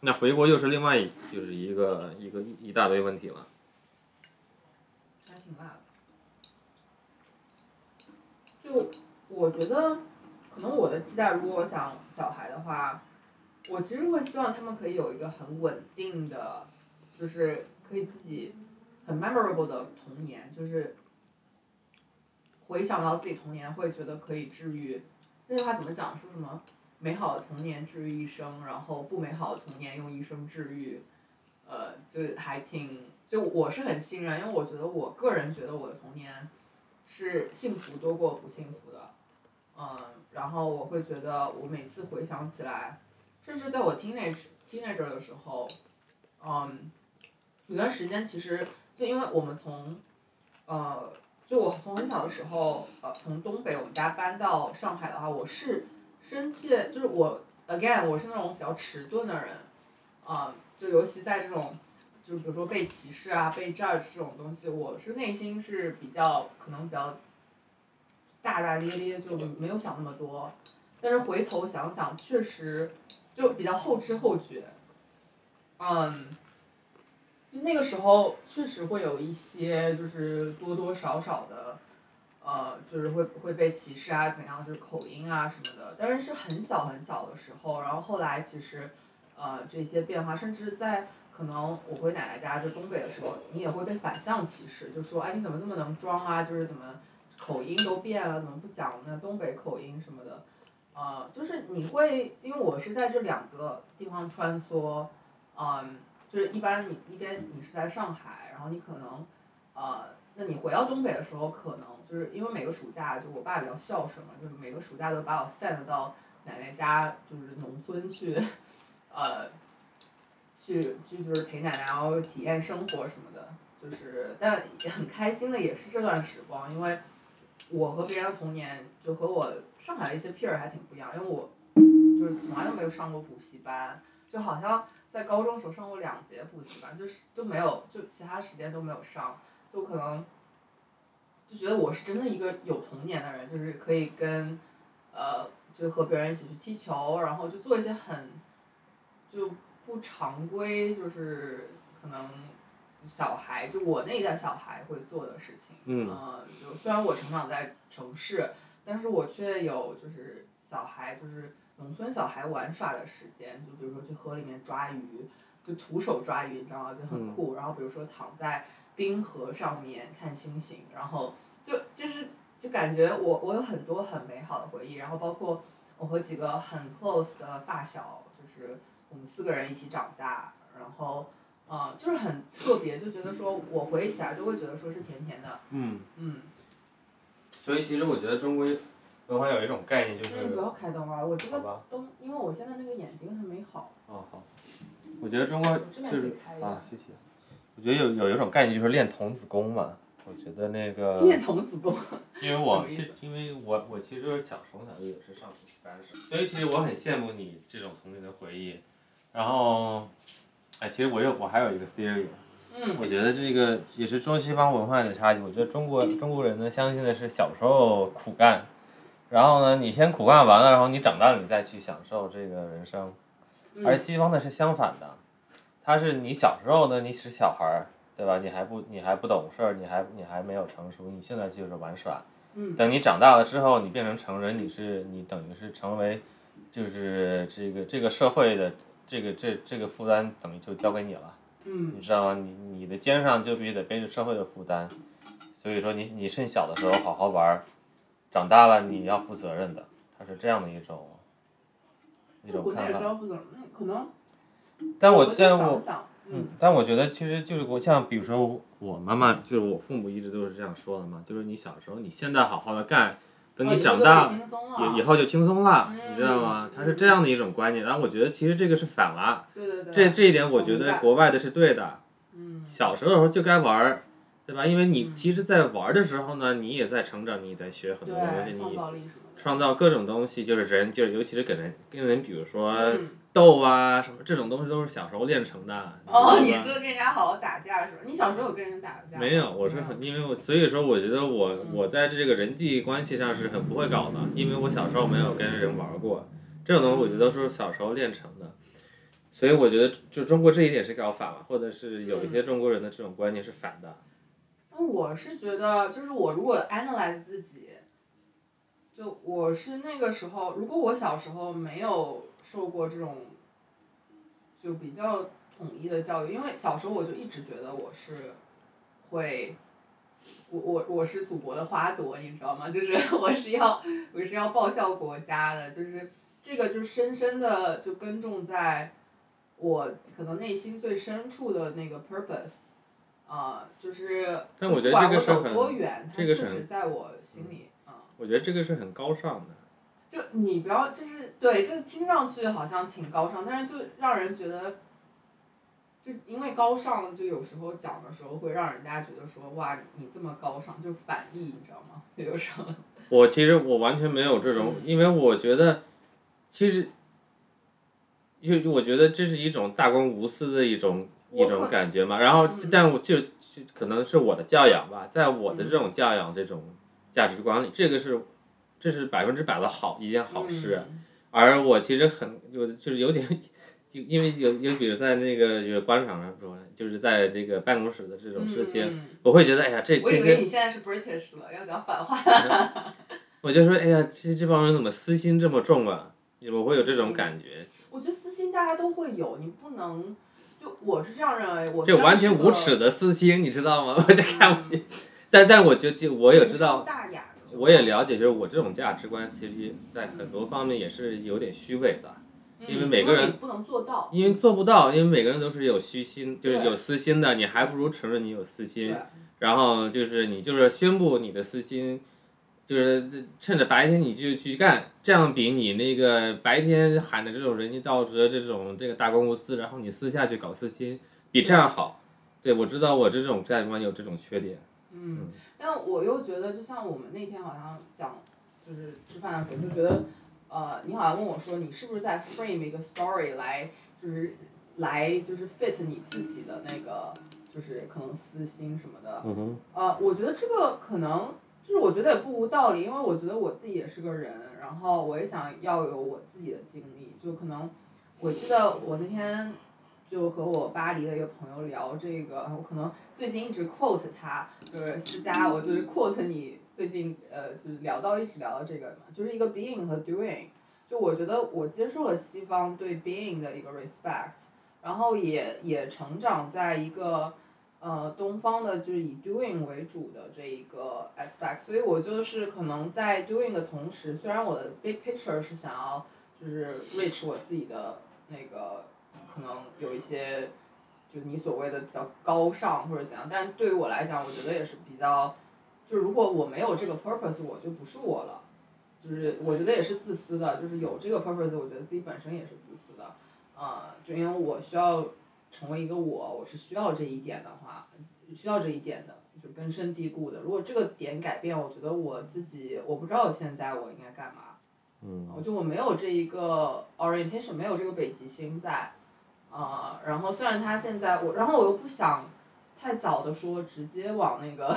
[SPEAKER 1] 那回国又是另外一就是一个一个一大堆问题了。
[SPEAKER 2] 还挺辣的。就我觉得，可能我的期待，如果我想小孩的话，我其实会希望他们可以有一个很稳定的，就是可以自己很 memorable 的童年，就是回想到自己童年会觉得可以治愈。那句话怎么讲？说什么？美好的童年治愈一生，然后不美好的童年用一生治愈。呃，就还挺，就我是很信任，因为我觉得我个人觉得我的童年是幸福多过不幸福的，嗯，然后我会觉得我每次回想起来，甚至在我 teenage teenager 的时候，嗯，有段时间其实就因为我们从，呃，就我从很小的时候，呃，从东北我们家搬到上海的话，我是深切就是我 again 我是那种比较迟钝的人，啊、就尤其在这种，就比如说被歧视啊、被 judge 这种东西，我是内心是比较可能比较大大咧咧，就没有想那么多。但是回头想想，确实就比较后知后觉，嗯，就那个时候确实会有一些就是多多少少的，呃，就是会会被歧视啊，怎样就是口音啊什么的，但是是很小很小的时候，然后后来其实。呃这些变化，甚至在可能我回奶奶家，就东北的时候，你也会被反向歧视，就说哎你怎么这么能装啊，就是怎么口音都变了，怎么不讲我们的东北口音什么的，呃，就是你会，因为我是在这两个地方穿梭，嗯、就是一般你一边你是在上海，然后你可能，呃，那你回到东北的时候，可能就是因为每个暑假就我爸比较孝顺嘛，就是每个暑假都把我 send 到奶奶家，就是农村去。呃，去去就是陪奶奶，然后体验生活什么的，就是但也很开心的也是这段时光，因为我和别人的童年就和我上海的一些 peer 还挺不一样，因为我就是从来都没有上过补习班，就好像在高中时候上过两节补习班，就是就没有就其他时间都没有上，就可能就觉得我是真的一个有童年的人，就是可以跟呃就和别人一起去踢球，然后就做一些很。就不常规，就是可能小孩，就我那一代小孩会做的事情。
[SPEAKER 1] 嗯
[SPEAKER 2] 呃就虽然我成长在城市，但是我却有就是小孩，就是农村嗯小孩玩耍的时间，就比如说去河里面抓鱼，就徒手抓鱼，你知道吗？就
[SPEAKER 1] 嗯
[SPEAKER 2] 很酷。然后比如说躺在冰河上面看星星，然后就就是就感觉我我有很多很美好的回忆，然后包括我和几个很 close 的发小，就是。我们四个人一起长大，然后，呃，就是很特别，就觉得说我回忆起来就会觉得说是甜甜的，
[SPEAKER 1] 嗯，
[SPEAKER 2] 嗯，
[SPEAKER 1] 所以其实我觉得中国文化有一种概念就是，
[SPEAKER 2] 嗯，不要开灯啊，我这
[SPEAKER 1] 好
[SPEAKER 2] 个
[SPEAKER 1] 吧，
[SPEAKER 2] 灯，因为我现在那个眼睛还没好，
[SPEAKER 1] 哦好，我觉得中国
[SPEAKER 2] 我这边
[SPEAKER 1] 就
[SPEAKER 2] 可以
[SPEAKER 1] 是
[SPEAKER 2] 开一
[SPEAKER 1] 啊
[SPEAKER 2] 下，，
[SPEAKER 1] 谢谢。我觉得有有一种概念就是练童子功嘛，我觉得那个
[SPEAKER 2] 面童子功，
[SPEAKER 1] 因为我
[SPEAKER 2] 什么意
[SPEAKER 1] 这
[SPEAKER 2] 思，
[SPEAKER 1] 因为我我其实就是小从小就也是上补习班什么，所以其实我很羡慕你这种童年的回忆。然后，哎，其实我有我还有一个 theory，
[SPEAKER 2] 嗯
[SPEAKER 1] 我觉得这个也是中西方文化的差距。我觉得中国中国人呢，相信的是小时候苦干，然后呢，你先苦干完了，然后你长大了，你再去享受这个人生。
[SPEAKER 2] 嗯
[SPEAKER 1] 而西方的是相反的，他是你小时候呢，你是小孩儿，对吧？你还不你还不懂事儿，你还你还没有成熟，你现在就是玩耍。
[SPEAKER 2] 嗯
[SPEAKER 1] 等你长大了之后，你变成成人，你是你等于是成为，就是这个这个社会的这个这这个负担等于就交给你了。
[SPEAKER 2] 嗯
[SPEAKER 1] 你知道吗？你你的肩上就必须得背着社会的负担，所以说你你趁小的时候好好玩儿，长大了你要负责任的，它是这样的一种一种
[SPEAKER 2] 国内
[SPEAKER 1] 看
[SPEAKER 2] 的时
[SPEAKER 1] 法。
[SPEAKER 2] 候负责任，嗯，可能，
[SPEAKER 1] 但
[SPEAKER 2] 我
[SPEAKER 1] 我但
[SPEAKER 2] 想
[SPEAKER 1] 我
[SPEAKER 2] 了想，
[SPEAKER 1] 嗯
[SPEAKER 2] 嗯，，
[SPEAKER 1] 但我觉得其实就是我像比如说我妈妈就是我父母一直都是这样说的嘛，就是你小时候你现在好好的干，等
[SPEAKER 2] 哦
[SPEAKER 1] 你长
[SPEAKER 2] 就
[SPEAKER 1] 大
[SPEAKER 2] 可以轻松
[SPEAKER 1] 以以
[SPEAKER 2] 了，
[SPEAKER 1] 后就轻松了，你知道
[SPEAKER 2] 嗯
[SPEAKER 1] 吗？它是这样的一种观念，但我觉得其实这个是反了。
[SPEAKER 2] 对对对，
[SPEAKER 1] 这这一点，我
[SPEAKER 2] 我
[SPEAKER 1] 觉
[SPEAKER 2] 明
[SPEAKER 1] 得
[SPEAKER 2] 白
[SPEAKER 1] 国外的是对的。
[SPEAKER 2] 嗯
[SPEAKER 1] 小时候就该玩儿，对吧？因为你
[SPEAKER 2] 嗯
[SPEAKER 1] 其实，在玩儿的时候呢，你也在成长，你也在学很多东西，
[SPEAKER 2] 对，创
[SPEAKER 1] 你
[SPEAKER 2] 造力什么的，
[SPEAKER 1] 创造各种东西，就是人，就是尤其是给人跟人，比如说
[SPEAKER 2] 嗯，
[SPEAKER 1] 斗啊什么这种东西，都是小时候练成的。
[SPEAKER 2] 哦，
[SPEAKER 1] 知
[SPEAKER 2] 你
[SPEAKER 1] 道吧
[SPEAKER 2] 是跟人家好好打架是吧？你小时候有跟人打过架吗？嗯
[SPEAKER 1] 没有，我是很，因为我所以说，我觉得我我在这个人际关系上是很不会搞的，因为我小时候没有跟人玩过，这种东西我觉得是小时候练成的，所以我觉得就中国这一点是搞反了，或者是有
[SPEAKER 2] 嗯
[SPEAKER 1] 一些中国人的这种观念是反的。
[SPEAKER 2] 那嗯我是觉得，就是我如果 analyze 自己，就我是那个时候，如果我小时候没有受过这种就比较统一的教育，因为小时候我就一直觉得我是会，我我我是祖国的花朵，你知道吗？就是 我是要我是要报效国家的，就是这个就深深的就根种在我可能内心最深处的那个 purpose，啊、就是
[SPEAKER 1] 但我觉
[SPEAKER 2] 不
[SPEAKER 1] 得这
[SPEAKER 2] 管
[SPEAKER 1] 个
[SPEAKER 2] 我
[SPEAKER 1] 是
[SPEAKER 2] 走
[SPEAKER 1] 很，
[SPEAKER 2] 多远，它
[SPEAKER 1] 这个
[SPEAKER 2] 确
[SPEAKER 1] 是
[SPEAKER 2] 实
[SPEAKER 1] 很
[SPEAKER 2] 在我心里，嗯，
[SPEAKER 1] 我觉得这个是很高尚的。
[SPEAKER 2] 就你不要就是对，这个听上去好像挺高尚，但是就让人觉得，就因为高尚，就有时候讲的时候会让人家觉得说哇，你这么高尚，就反义，你知道吗？ 就有时候，
[SPEAKER 1] 我其实我完全没有这
[SPEAKER 2] 嗯
[SPEAKER 1] 种，因为我觉得，其实，就我觉得这是一种大公无私的一种一
[SPEAKER 2] 我
[SPEAKER 1] 种
[SPEAKER 2] 可
[SPEAKER 1] 感觉嘛。然后，
[SPEAKER 2] 嗯
[SPEAKER 1] 但我就就可能是我的教养吧，在我的这种教养这种价值观里，这个是这是百分之百的好一件好事。啊
[SPEAKER 2] 嗯
[SPEAKER 1] 而我其实很有就是有点，就因为有有比如在那个就是官场上说，就是在这个办公室的这种事情，
[SPEAKER 2] 嗯
[SPEAKER 1] 我会觉得哎呀这
[SPEAKER 2] 我
[SPEAKER 1] 这
[SPEAKER 2] 以
[SPEAKER 1] 些
[SPEAKER 2] 为你现在是 British 了，要讲反话。
[SPEAKER 1] 我就说，哎呀，这这帮人怎么私心这么重啊？我会有这种感觉，
[SPEAKER 2] 我觉得私心大家都会有，你不能，就我是这样认为，我
[SPEAKER 1] 这完全无耻
[SPEAKER 2] 耻。
[SPEAKER 1] 的私心，你知道吗？ 我在看，
[SPEAKER 2] 嗯
[SPEAKER 1] 但但我就就我也知
[SPEAKER 2] 无伤
[SPEAKER 1] 道，
[SPEAKER 2] 大雅的
[SPEAKER 1] 我也了解，就是我这种价值观，其实在很多方面也是有点虚伪的，因为每个
[SPEAKER 2] 嗯
[SPEAKER 1] 人
[SPEAKER 2] 你不能做到，
[SPEAKER 1] 因为做不到，因为每个人都是有虚心，就是
[SPEAKER 2] 对
[SPEAKER 1] 有私心的，你还不如承认你有私心
[SPEAKER 2] 对，
[SPEAKER 1] 然后就是你就是宣布你的私心，就是趁着白天你就去干，这样比你那个白天喊的这种仁义道德这种这个大公无私，然后你私下去搞私心，比这样好。对，我知道我这种价值观有这种缺点。
[SPEAKER 2] 嗯，但我又觉得，就像我们那天好像讲，就是吃饭的时候就觉得，呃，你好像问我说，你是不是在 frame 一个 story 来，就是来就是 fit 你自己的那个，就是可能私心什么的。
[SPEAKER 1] 嗯哼，
[SPEAKER 2] 呃，我觉得这个可能就是我觉得也不无道理，因为我觉得我自己也是个人，然后我也想要有我自己的经历，就可能我记得我那天就和我巴黎的一个朋友聊这个，我可能最近一直 quote 他，就是思佳，我就是 quote 你最近呃就是聊到一直聊到这个嘛，就是一个 being 和 doing，就我觉得我接受了西方对 being 的一个 respect，然后也也成长在一个。呃，东方的就是以 doing 为主的这一个 aspect，所以我就是可能在 doing 的同时，虽然我的 big picture 是想要就是 reach 我自己的那个可能有一些就你所谓的比较高尚或者怎样，但是对于我来讲，我觉得也是比较，就如果我没有这个 purpose，我就不是我了，就是我觉得也是自私的，就是有这个 purpose，我觉得自己本身也是自私的，啊、就因为我需要成为一个我，我是需要这一点的话，需要这一点的，就根深蒂固的。如果这个点改变，我觉得我自己，我不知道现在我应该干嘛。
[SPEAKER 1] 嗯，
[SPEAKER 2] 我就我没有这一个 orientation，没有这个北极星在，呃，然后虽然他现在我，然后我又不想太早的说直接往那个，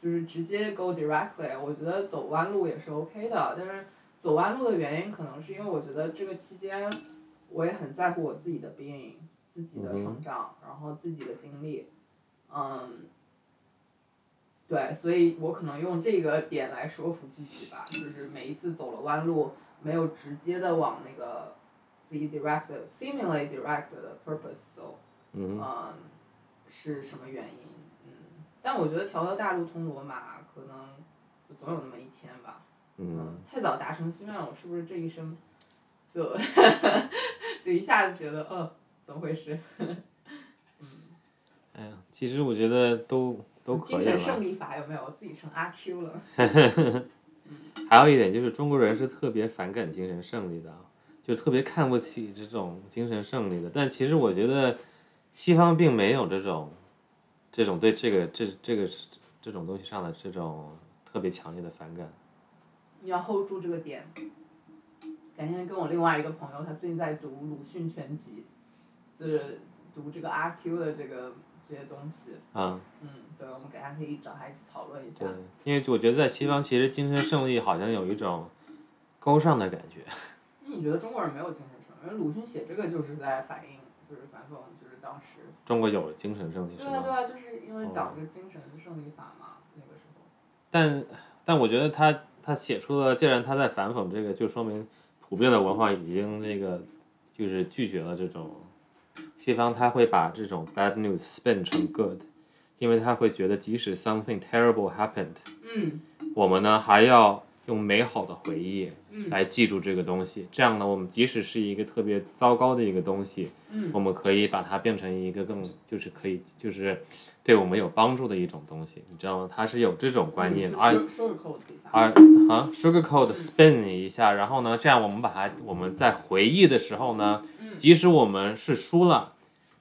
[SPEAKER 2] 就是直接 go directly，我觉得走弯路也是 OK 的，但是走弯路的原因可能是因为我觉得这个期间我也很在乎我自己的 being，自己的成长，然后自己的经历，嗯。对，所以我可能用这个点来说服自己吧，就是每一次走了弯路，没有直接的往那个自己 direct seemingly direct 的 purpose 走，
[SPEAKER 1] 嗯
[SPEAKER 2] 嗯、是什么原因？嗯，但我觉得条条大路通罗马，可能就总有那么一天吧。
[SPEAKER 1] 嗯，
[SPEAKER 2] 太早达成心愿，我是不是这一生就 就一下子觉得，嗯，怎么回事？
[SPEAKER 1] 哎呀，其实我觉得都都
[SPEAKER 2] 精
[SPEAKER 1] 可以
[SPEAKER 2] 神
[SPEAKER 1] 了
[SPEAKER 2] 胜。利法有没有？我自己成阿 Q 了。
[SPEAKER 1] 还有一点就是中国人是特别反感精神胜利的啊，就特别看不起这种精神胜利的。但其实我觉得西方并没有这种这种对这个这这个这种东西上的这种特别强烈的反感。
[SPEAKER 2] 你要 hold 住这个点。改天跟我另外一个朋友，他最近在读鲁迅全集，就是读这个阿 Q 的这个这些东西。
[SPEAKER 1] 啊，
[SPEAKER 2] 嗯，对，我们改天可以找他一起讨论一下
[SPEAKER 1] 对。，因为我觉得在西方，其实精神胜利好像有一种高尚的感觉。
[SPEAKER 2] 那你觉得中国人没有精神胜利？因为鲁迅写这个就是在反映，就是反讽，就是当时。
[SPEAKER 1] 中国有精神胜利是
[SPEAKER 2] 对啊，对
[SPEAKER 1] 吗？
[SPEAKER 2] 啊，就是因为讲这个精神胜利法嘛，那个时候。
[SPEAKER 1] 但但我觉得他他写出了，既然他在反讽这个，就说明普遍的文化已经那个就是拒绝了这种西方，他会把这种 bad news spin 成 good，因为他会觉得即使 something terrible happened，
[SPEAKER 2] 嗯，
[SPEAKER 1] 我们呢还要用美好的回忆
[SPEAKER 9] 嗯
[SPEAKER 1] 来记住这个东西。这样呢，我们即使是一个特别糟糕的一个东西，
[SPEAKER 9] 嗯
[SPEAKER 1] 我们可以把它变成一个更就是可以就是对我们有帮助的一种东西，你知道吗？它是有这种观念的，啊而
[SPEAKER 9] 嗯是 sugarcoat 一下
[SPEAKER 1] 啊啊，sugarcoat spin 一下，然后呢，这样我们把它我们在回忆的时候呢，
[SPEAKER 9] 嗯
[SPEAKER 1] 即使我们是输了，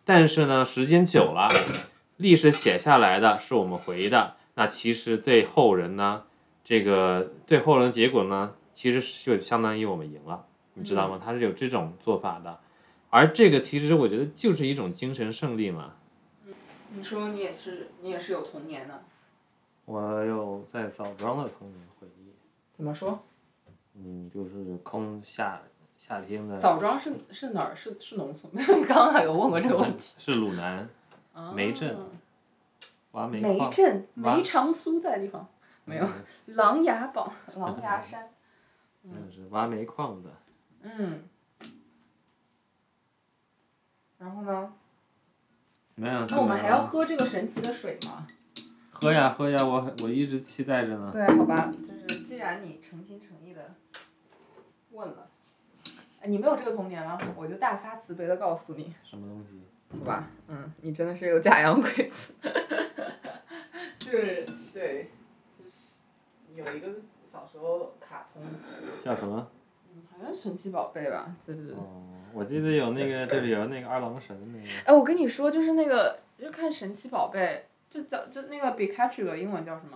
[SPEAKER 1] 但是呢，时间久了，历史写下来的是我们回忆的，那其实对后人呢，这个对后人结果呢，其实是就相当于我们赢了，你知
[SPEAKER 9] 嗯
[SPEAKER 1] 道吗？它是有这种做法的，而这个其实我觉得就是一种精神胜利嘛。
[SPEAKER 10] 你说你也是，你也是有童年的，
[SPEAKER 1] 我有在枣庄的童年回忆，
[SPEAKER 2] 怎么说？
[SPEAKER 1] 嗯，就是空夏夏天的
[SPEAKER 2] 枣庄是是哪儿？是是农村？ 没有，刚刚有问过这个问题。
[SPEAKER 1] 是鲁南梅镇挖煤
[SPEAKER 2] 哦梅
[SPEAKER 1] 矿，
[SPEAKER 2] 镇
[SPEAKER 1] 挖
[SPEAKER 2] 梅长苏在的地方，没有琅琊 榜、琅琊山。
[SPEAKER 1] 嗯，是挖煤矿的。
[SPEAKER 2] 嗯。然后呢？
[SPEAKER 1] 没有，
[SPEAKER 2] 那我们还要喝这个神奇的水吗？
[SPEAKER 1] 喝呀喝呀，我我一直期待着呢。
[SPEAKER 2] 对，好吧，就是既然你诚心诚意的问了，哎你没有这个童年吗？我就大发慈悲的告诉你，
[SPEAKER 1] 什么东西？
[SPEAKER 2] 好吧，嗯，你真的是有假洋鬼子，
[SPEAKER 9] 就是对，就是有一个小时候卡通，
[SPEAKER 1] 叫什么？
[SPEAKER 2] 嗯好像神奇宝贝吧，就是，
[SPEAKER 1] 哦，我记得有那个，就是有那个二郎神的那个。
[SPEAKER 2] 哎，我跟你说，就是那个，就看神奇宝贝，就叫就那个 Pikachu 的英文叫什么？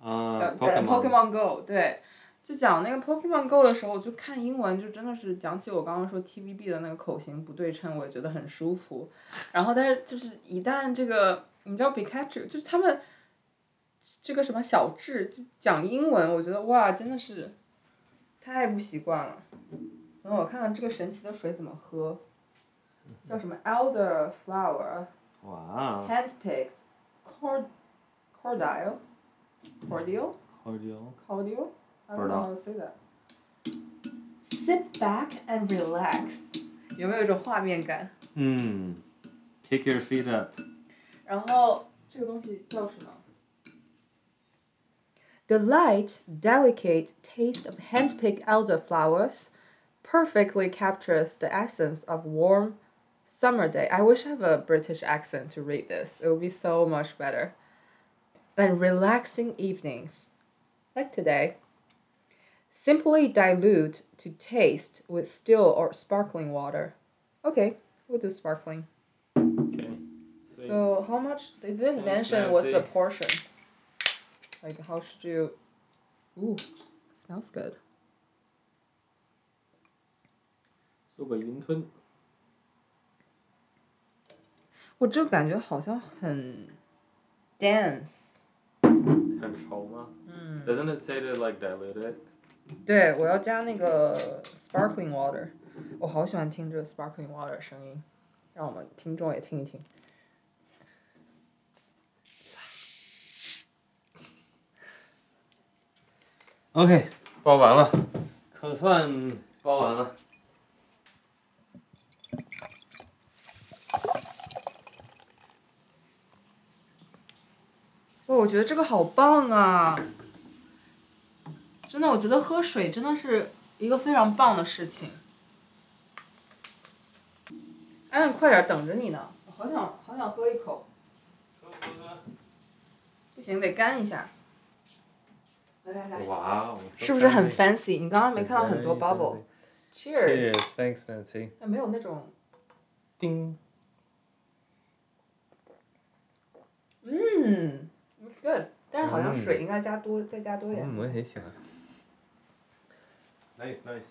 [SPEAKER 1] 啊
[SPEAKER 2] 呃对
[SPEAKER 1] Pokemon
[SPEAKER 2] Pokemon Go，对，就讲那个 Pokemon Go 的时候，就看英文，就真的是讲起我刚刚说 TVB 的那个口型不对称，我也觉得很舒服。然后，但是就是一旦这个，你知道 Pikachu，就是他们这个什么小智就讲英文，我觉得哇，真的是太不习惯了。然后我看看这个神奇的水怎么喝，叫什么 Elder Flower
[SPEAKER 1] 哇哦
[SPEAKER 2] Handpicked Cord Cordial Cordial。
[SPEAKER 1] ，cordial。
[SPEAKER 2] Audio? I
[SPEAKER 1] 不
[SPEAKER 2] don't
[SPEAKER 1] 知
[SPEAKER 2] know
[SPEAKER 1] 道
[SPEAKER 2] how to say that. Sit back and relax. 有没有一种画面感？
[SPEAKER 1] 嗯，Take your feet up。
[SPEAKER 2] 然后这个东西叫什么？The light, delicate taste of hand-picked elderflowers perfectly captures the essence of warm summer day. I wish I have a British accent to read this. It would be so much better. And relaxing evenings, like today. Simply dilute to taste with still or sparkling water. Okay, we'll do sparkling.
[SPEAKER 1] OK。
[SPEAKER 2] So how much they didn't
[SPEAKER 1] Sounds
[SPEAKER 2] mention what's the
[SPEAKER 1] fancy.
[SPEAKER 2] portion? Like how should you? Ooh, smells good.
[SPEAKER 1] 做个云吞。
[SPEAKER 2] 我就感觉好像很 dense。
[SPEAKER 1] 很稠吗？嗯。Doesn't it say to like dilute it?
[SPEAKER 2] 对，我要加那个 sparkling water。我好喜欢听这个 sparkling water 的声音，让我们听众也听一听。
[SPEAKER 1] OK，包完了，可算包完了。
[SPEAKER 2] 哇，我觉得这个好棒啊！真的，我觉得喝水真的是一个非常棒的事情。哎，你快点，等着你呢。
[SPEAKER 9] 我好想好想喝一口，
[SPEAKER 2] 不行，得干一下。
[SPEAKER 9] 来来来，
[SPEAKER 1] 哇哦！
[SPEAKER 2] 是不是很 fancy？你刚刚没看到很多 bubble。Cheers！
[SPEAKER 1] Cheers，thanks Nancy。
[SPEAKER 2] 没有那种，
[SPEAKER 1] 叮。
[SPEAKER 2] 嗯，it's good。但是好像水应该加多，再加多一点。
[SPEAKER 1] 嗯，我也很喜欢。Nice nice，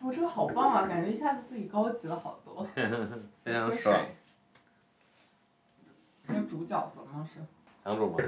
[SPEAKER 9] 我这个好棒啊，感觉一下子自己高级了好多。
[SPEAKER 1] 非常
[SPEAKER 9] 喝水
[SPEAKER 1] 爽。
[SPEAKER 9] 要煮饺子了吗？是。
[SPEAKER 1] 想煮吗？